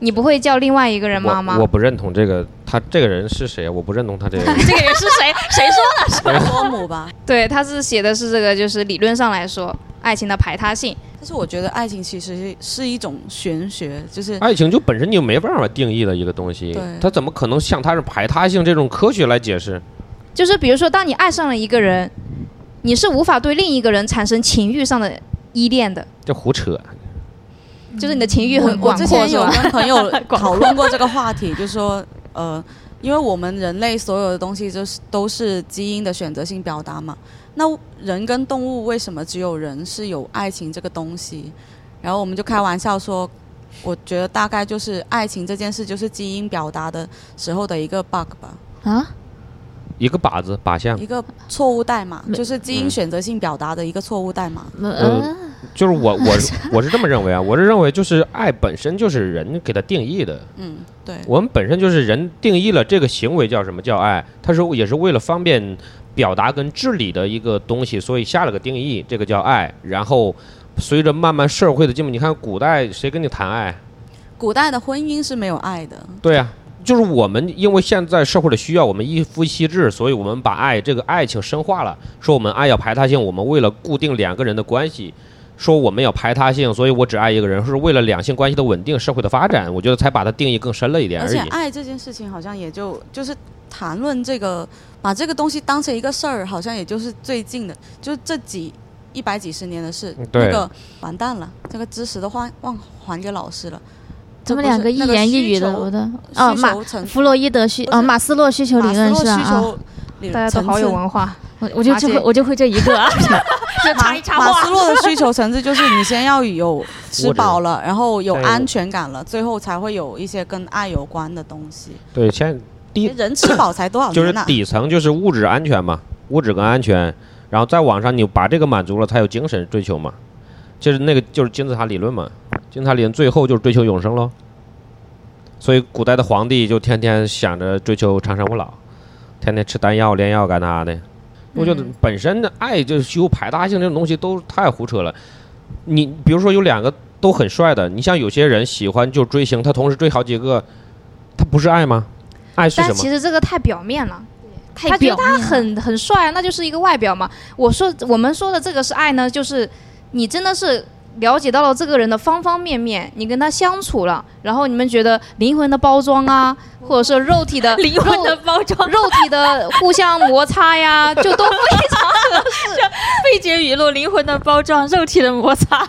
Speaker 2: 你不会叫另外一个人妈妈
Speaker 5: 我我。不认同这个，他这个人是谁？我不认同他这个人。
Speaker 4: 这个人是谁？谁说？
Speaker 1: 多姆吧。
Speaker 2: 对，他是写的是这个，就是理论上来说，爱情的排他性。
Speaker 1: 但是我觉得爱情其实是一种玄学，就是
Speaker 5: (laughs) 爱情就本身就没办法定义的一个东西
Speaker 1: 对，
Speaker 5: 他怎么可能像他是排他性这种科学来解释？
Speaker 2: 就是比如说，当你爱上了一个人，你是无法对另一个人产生情欲上的依恋的，
Speaker 5: 这胡扯！
Speaker 2: 就是你的情欲
Speaker 1: 我
Speaker 2: 很
Speaker 1: 我
Speaker 2: 广
Speaker 1: 之
Speaker 2: 阔，
Speaker 1: 前
Speaker 2: 是
Speaker 1: 有
Speaker 2: 吧？
Speaker 1: 跟朋 (laughs) 友
Speaker 2: 阔
Speaker 1: 讨论过这个话题，就说呃，因为我们人类所有的东西就是都是基因的选择性表达嘛，那人跟动物为什么只有人是有爱情这个东西？然后我们就开玩笑说，我觉得大概就是爱情这件事就是基因表达的时候的一个 bug 吧，
Speaker 4: 啊，
Speaker 5: 一个靶子靶向
Speaker 1: 一，个错误代码，
Speaker 4: 没
Speaker 1: 就是基因选择性表达的一个错误代码。
Speaker 4: 呃，
Speaker 5: 嗯就是我我是我是这么认为啊，我是认为就是爱本身就是人给它定义的，
Speaker 1: 嗯，对。
Speaker 5: 我们本身就是人定义了这个行为叫什么叫爱，它是也是为了方便表达跟治理的一个东西，所以下了个定义，这个叫爱。然后随着慢慢社会的进步，你看古代谁跟你谈爱？
Speaker 1: 古代的婚姻是没有爱的，
Speaker 5: 对啊呀、就是我们因为现在社会的需要，我们一夫一妻制，所以我们把爱这个爱情深化了，说我们爱要排他性，我们为了固定两个人的关系。说我们要排他性，所以我只爱一个人，是为了两性关系的稳定、社会的发展，我觉得才把它定义更深了一点
Speaker 1: 而
Speaker 5: 而已
Speaker 1: 且。爱这件事情好像也就就是谈论这个，把这个东西当成一个事儿，好像也就是最近的，就这几一百几十年的事
Speaker 5: 嗯。对
Speaker 1: 那个完蛋了，这个知识都还忘还给老师了。
Speaker 4: 他们
Speaker 1: 这不是
Speaker 4: 两个一
Speaker 1: 那
Speaker 4: 言一
Speaker 1: 需
Speaker 4: 语的，
Speaker 1: 求
Speaker 4: 我的哦，
Speaker 1: 需
Speaker 4: 马
Speaker 1: 求层
Speaker 4: 弗洛伊德需
Speaker 1: 不是
Speaker 4: 哦，马斯洛需求
Speaker 1: 马
Speaker 4: 理
Speaker 1: 斯
Speaker 4: 论
Speaker 1: 洛
Speaker 4: 是吧？
Speaker 1: 需
Speaker 4: 啊，
Speaker 1: 求理
Speaker 2: 大家都
Speaker 1: 层
Speaker 2: 好有
Speaker 1: 次
Speaker 2: 文化，
Speaker 4: 我我就
Speaker 2: 马
Speaker 4: 就
Speaker 2: 姐
Speaker 4: 会我就会这一
Speaker 1: (laughs)
Speaker 4: 个啊，就
Speaker 1: 马
Speaker 4: 插一插话。
Speaker 1: 马斯洛的需求层次就是你先要
Speaker 5: (laughs)
Speaker 1: 有吃饱了，然后有
Speaker 5: 对
Speaker 1: 安全感了，最后才会有一些跟爱有关的东西。
Speaker 5: 对，现在第一
Speaker 1: 人吃饱才多少
Speaker 5: 就是
Speaker 1: 年呐？
Speaker 5: 底层就是物质安全嘛，物质跟安全，然后再往上你把这个满足了，才有精神追求嘛，就是那个就是金字塔理论嘛，金字塔理论最后就是追求永生喽。所以古代的皇帝就天天想着追求长生不老，天天吃丹药炼药干啥的。我觉得
Speaker 2: 嗯
Speaker 5: 本身的爱就是虚无排他性这种东西都太胡扯了。你比如说有两个都很帅的，你像有些人喜欢就追星，他同时追好几个，他不是爱吗？爱是什
Speaker 2: 但
Speaker 5: 么？
Speaker 2: 其实这个太表面了。
Speaker 4: 太
Speaker 2: 他觉得
Speaker 4: 表
Speaker 2: 他
Speaker 4: 面了
Speaker 2: 很很帅啊，那就是一个外表嘛。我说我们说的这个是爱呢，就是你真的是了解到了这个人的方方面面，你跟他相处了，然后你们觉得灵魂的包装啊，或者是肉 (laughs)
Speaker 4: (laughs)
Speaker 2: 体的
Speaker 4: 灵魂的
Speaker 2: 肉
Speaker 4: 包装，
Speaker 2: 肉体的互相摩擦呀，就都非常
Speaker 4: 费解语录，灵魂的包装，肉体的摩擦。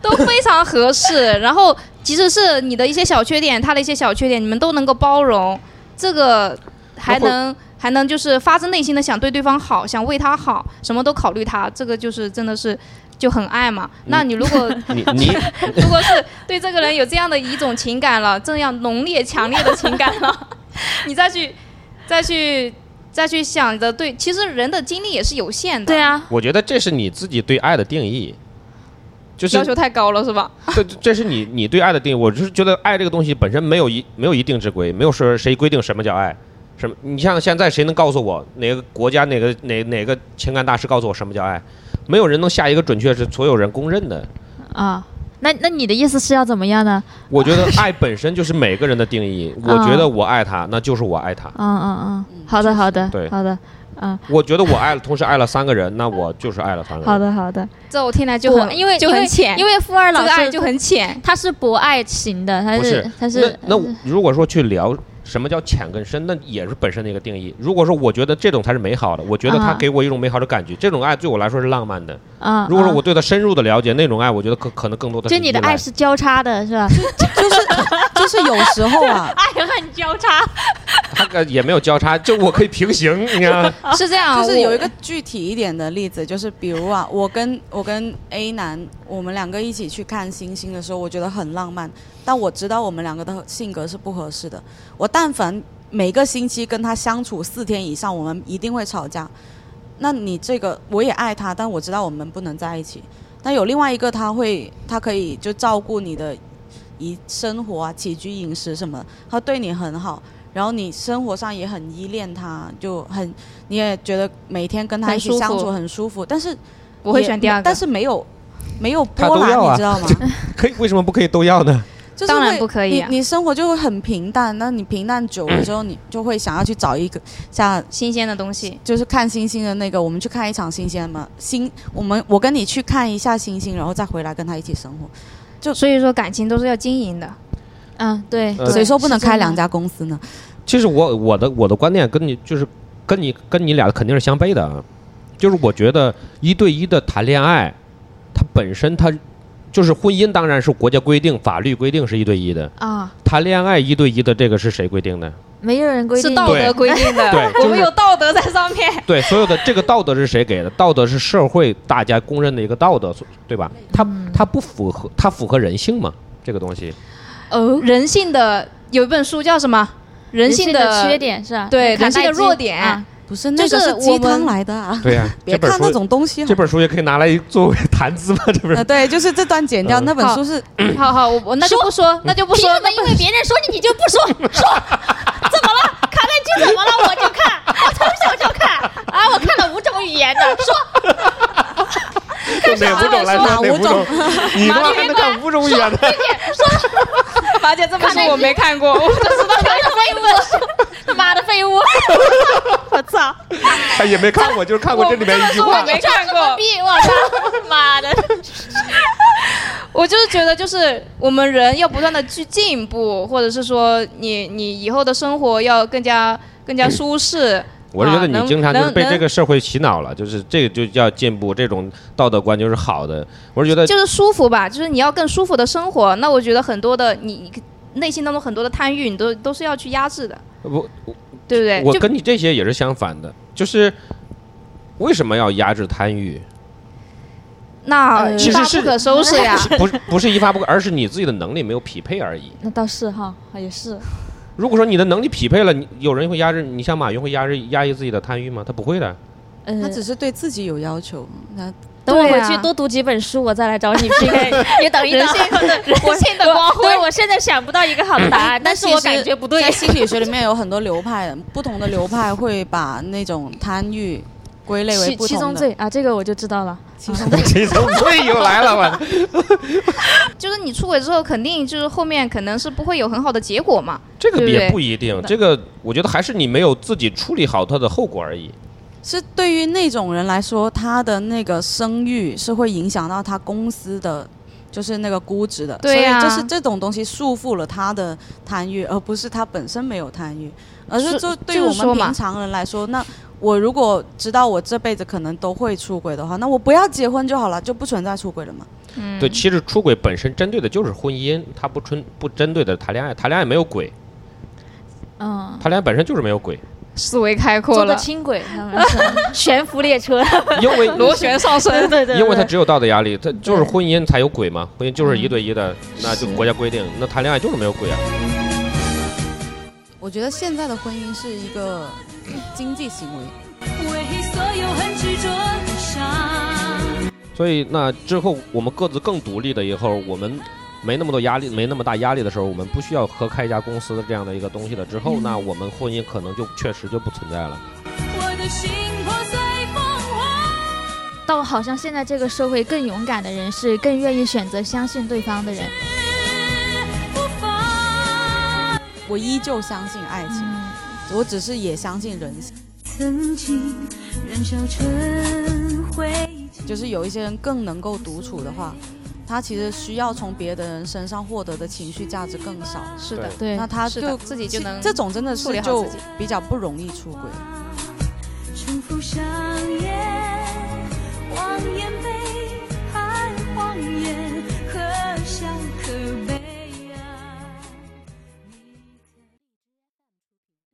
Speaker 2: 都非常合
Speaker 4: (laughs)
Speaker 2: 适。然后即使是你的一些小缺点，他的一些小缺点，你们都能够包容，这个还能还能就是发自内心的想对对方好，想为他好，什么都考虑他，这个就是真的是。就很爱嘛，
Speaker 4: 嗯
Speaker 2: 那你如
Speaker 4: (laughs)
Speaker 2: 果、
Speaker 5: 你你
Speaker 2: 如果是对这个人有这样的一种情感了，这样浓烈强烈的情感
Speaker 4: (laughs)
Speaker 2: 了，你再去再去再去想着对，其实人的精力也是有限的，
Speaker 4: 对，啊，
Speaker 5: 我觉得这是你自己对爱的定义，就是
Speaker 2: 要求太高了是吧？
Speaker 5: 这这是你你对爱的定义。我就是觉得爱这个东西本身没有一没有一定之规，没有说谁规定什么叫爱，什么你像现在谁能告诉我哪个国家哪个哪哪个情感大师告诉我什么叫爱？没有人能下一个准确是所有人公认的。
Speaker 4: (laughs) 啊，那那你的意思是要怎么样呢？
Speaker 5: 我觉得爱本身就是每个人的
Speaker 2: (laughs)
Speaker 5: 定义。我
Speaker 4: 啊
Speaker 5: 觉得我爱他，那就是我爱他。
Speaker 4: 嗯嗯嗯，好的好的
Speaker 5: 对
Speaker 4: 好的，嗯
Speaker 5: 我觉得我爱了，同时爱了三个人，那我就是爱了三个人。
Speaker 4: 好的好的，
Speaker 2: 这我听来就
Speaker 4: 不
Speaker 2: 很
Speaker 4: 因为
Speaker 2: 就
Speaker 4: 因
Speaker 2: 很
Speaker 4: 为
Speaker 2: 浅，
Speaker 4: 因为富二
Speaker 2: 这
Speaker 4: 老
Speaker 2: 个爱
Speaker 4: 师
Speaker 2: 就很浅。
Speaker 4: 他是博爱型的，他嗯
Speaker 5: 不
Speaker 4: 是他是
Speaker 5: 那那如果说去聊什么叫浅跟深，那也是本身的一个定义。如果说我觉得这种才是美好的，我觉得它
Speaker 4: 啊
Speaker 5: 给我一种美好的感觉，这种爱对我来说是浪漫的。
Speaker 4: 啊，
Speaker 5: 如果说
Speaker 4: 啊
Speaker 5: 我对它深入的了解，那种爱我觉得可可能更多
Speaker 4: (laughs)
Speaker 5: 的
Speaker 4: 就你的
Speaker 5: 依赖
Speaker 4: 爱是交叉的，是吧？
Speaker 1: 就是就是有时候啊，
Speaker 4: (laughs) 爱恨交叉，
Speaker 5: 它呃也没有交叉，就我可以平行，你看，
Speaker 2: (laughs) 是这样，
Speaker 1: 就是有一
Speaker 2: 啊我
Speaker 1: 个具体一点的例子，就是比如啊，我跟我跟 A 男，我们两个一起去看星星的时候，我觉得很浪漫，但我知道我们两个的性格是不合适的。我但凡每个星期跟他相处四天以上，我们一定会吵架。那你这个我也爱他，但我知道我们不能在一起。但有另外一个，他会，他可以就照顾你的一生活啊、起居饮食什么的，他对你很好，然后你生活上也很依恋他，就很你也觉得每天跟他
Speaker 2: 很
Speaker 1: 一起
Speaker 2: 舒
Speaker 1: 相
Speaker 2: 服
Speaker 1: 处很舒服，但是
Speaker 2: 我会
Speaker 1: 也
Speaker 2: 选第二个，
Speaker 1: 但是没有没有
Speaker 5: 他
Speaker 1: 波
Speaker 5: 都
Speaker 1: 澜，
Speaker 5: 要啊
Speaker 1: 你知
Speaker 5: (laughs)
Speaker 1: 道吗？
Speaker 5: 可以为什么不可以都要
Speaker 4: (laughs)
Speaker 5: 呢？
Speaker 1: 就是
Speaker 2: 当然
Speaker 1: 会
Speaker 2: 不可以啊
Speaker 1: 你你生活就会很平淡，那你平淡久了之后，你就会想要去找一个像
Speaker 2: 新鲜的东西，
Speaker 1: 就是看星星的那个，我们去看一场星星嘛，星我们我跟你去看一下星星，然后再回来跟他一起生活。
Speaker 2: 所以说感情都是要经营的。
Speaker 4: 嗯，对，
Speaker 5: 呃
Speaker 1: 谁说不能
Speaker 4: 是这样
Speaker 1: 开两家公司呢？
Speaker 5: 其实我我的我的观念跟你就是跟你跟你俩肯定是相悖的，啊，就是我觉得一对一的谈恋爱，它本身它就是婚姻，当然是国家规定、法律规定是一对一的，
Speaker 4: 啊，
Speaker 5: 谈恋爱一对一的这个是谁规定的？
Speaker 4: 没有人规定
Speaker 2: 是道德规定的， (laughs)
Speaker 5: 对
Speaker 2: 我
Speaker 5: 就
Speaker 2: 们
Speaker 5: 是
Speaker 2: 有道德在上面。
Speaker 5: 对，所有的这个道德是谁给的？道德是社会大家公认的一个道德，所对吧？它它不符合，它符合人性吗？这个东西，
Speaker 2: 哦，人性的有一本书叫什么？人性
Speaker 4: 性
Speaker 2: 的
Speaker 4: 缺点是吧？
Speaker 2: 对
Speaker 4: 卡耐
Speaker 2: 人性的
Speaker 4: 基
Speaker 2: 弱点
Speaker 4: 啊
Speaker 1: 不是，那
Speaker 2: 就
Speaker 1: 个
Speaker 2: 是
Speaker 1: 是鸡
Speaker 2: 我
Speaker 1: 汤
Speaker 2: 们
Speaker 1: 来的啊！
Speaker 5: 对呀、 (laughs)
Speaker 1: 别看那种东西好。
Speaker 5: 本书也可以拿来作为谈资嘛，这不 (laughs)
Speaker 1: 呃，对，就是这段剪掉，
Speaker 5: 嗯
Speaker 1: 那本书是
Speaker 2: (clears throat) 好好，我我那就不说，那就不
Speaker 4: 凭
Speaker 2: (laughs) 说
Speaker 4: 什。么因为别人说你你就不说 (laughs) 说？怎么了？卡耐基怎么了？我就看，我从小就看啊，我看了五种语言的，说
Speaker 5: 哪五种来
Speaker 1: 哪
Speaker 5: 说哪
Speaker 1: 五
Speaker 5: 五种
Speaker 1: 种？
Speaker 5: 你他妈还能看五种语言呢？
Speaker 2: 法姐这本书我没看过，我就知道
Speaker 4: (laughs) 他妈的废物，他妈的废物，我操！
Speaker 5: 他哎也没看过，就是看过 (laughs) 这里面一句
Speaker 2: 我
Speaker 5: 话。
Speaker 2: 没看过。
Speaker 4: 逼我操！ (laughs) 妈的，
Speaker 2: (laughs) 我就是觉得，就是我们人要不断的去进步，或者是说你你以后的生活要更加更加舒适。
Speaker 5: 我是觉得
Speaker 2: 啊
Speaker 5: 你
Speaker 2: 能
Speaker 5: 经常就是被
Speaker 2: 能
Speaker 5: 这个社会洗脑了，就是这个就叫进步，这种道德观就是好的。我是觉得，
Speaker 2: 就是舒服吧，就是你要更舒服的生活。那我觉得很多的你你内心当中很多的贪欲，你都都是要去压制的，
Speaker 5: 我
Speaker 2: 对不对？
Speaker 5: 我
Speaker 2: 就
Speaker 5: 跟你这些也是相反的，就是为什么要压制
Speaker 2: (laughs)
Speaker 5: 贪欲？
Speaker 2: 那
Speaker 4: 呃
Speaker 2: 一
Speaker 5: 其实
Speaker 2: 发
Speaker 5: 是
Speaker 2: 不可收拾呀。
Speaker 5: 不是不是一发不可，而是你自己的能力没有匹配而已。
Speaker 4: 那倒是哈，也是，
Speaker 5: 如果说你的能力匹配了，你有人会压制，你像马云会压制压抑自己的贪欲吗？他不会的。
Speaker 4: 呃，
Speaker 1: 他只是对自己有要求，那
Speaker 4: 等我
Speaker 2: 对
Speaker 4: 回
Speaker 2: 啊
Speaker 4: 去多读几本书，我再来找你 PK。也等一等，
Speaker 2: 人性
Speaker 4: 的人性
Speaker 2: 的光
Speaker 4: 辉。我现在想不到一个好的答案，但是我感觉不对
Speaker 1: 在。心理学里面有很多流派，不同的流派会把那种贪欲归类为
Speaker 4: 七
Speaker 1: 不
Speaker 4: 七宗
Speaker 1: 同的。
Speaker 4: 罪啊，这个我就知道了。
Speaker 1: 七宗
Speaker 5: (laughs) 这种罪又来了， (laughs) 我
Speaker 2: 就是你出轨之后，肯定就是后面可能是不会有很好的结果嘛。
Speaker 5: 这个
Speaker 2: 对不对
Speaker 5: 也不一定，这个我觉得还是你没有自己处理好它的后果而已。
Speaker 2: 嗯
Speaker 1: 是对于那种人来说，他的那个声誉是会影响到他公司的。就是那个估值的，
Speaker 2: 对呀
Speaker 1: 所以就是这种东西束缚了他的贪欲，而不是他本身没有贪欲，而是
Speaker 2: 是
Speaker 1: 就对于
Speaker 2: 就是
Speaker 1: 我
Speaker 2: 说
Speaker 1: 们
Speaker 2: 嘛
Speaker 1: 平常人来说，那我如果知道我这辈子可能都会出轨的话，那我不要结婚就好了，就不存在出轨了嘛。
Speaker 2: 嗯，
Speaker 5: 对，其实出轨本身针对的就是婚姻，它不纯不针对的谈恋爱，谈恋爱没有鬼，
Speaker 4: 嗯，
Speaker 5: 谈恋爱本身就是没有鬼，
Speaker 2: 思维开阔
Speaker 4: 坐的
Speaker 2: 了，
Speaker 4: 轻轨，他们是 (laughs) 悬浮列 (laughs) 车。
Speaker 5: 因为
Speaker 2: (laughs) 螺旋上升。
Speaker 4: 对对对，
Speaker 5: 因为它
Speaker 4: 对
Speaker 5: 只有道德压力，它就是
Speaker 4: 对嗯
Speaker 5: 婚姻才有鬼嘛，婚姻就是一对一的，那就国家规定，那谈恋爱就是没有鬼啊。
Speaker 1: 我觉得现在的婚姻是一个经济行为，
Speaker 3: 为所有很执着的伤，
Speaker 5: 所以那之后我们各自更独立了以后，我们没那么多压力，没那么大压力的时候，我们不需要合开一家公司的这样的一个东西了之
Speaker 4: 嗯
Speaker 5: 后，那我们婚姻可能就确实就不存在了。
Speaker 3: 我的心破碎风花，
Speaker 4: 到好像现在这个社会，更勇敢的人是更愿意选择相信对方的人。
Speaker 3: 无法。
Speaker 1: 我依旧相信爱情，我只是也相信人性。
Speaker 3: 曾经燃烧成灰烬，
Speaker 1: 就是有一些人更能够独处的话，他其实需要从别的人身上获得的情绪价值更少。
Speaker 2: 是的，
Speaker 4: 对
Speaker 1: 那，他
Speaker 2: 是
Speaker 1: 就
Speaker 2: 的自己就
Speaker 1: 其
Speaker 2: 能
Speaker 1: 这种真的
Speaker 2: 处理
Speaker 1: 是
Speaker 2: 好
Speaker 1: 就
Speaker 2: 自己
Speaker 1: 比较不容易出轨。
Speaker 3: 重复上演。啊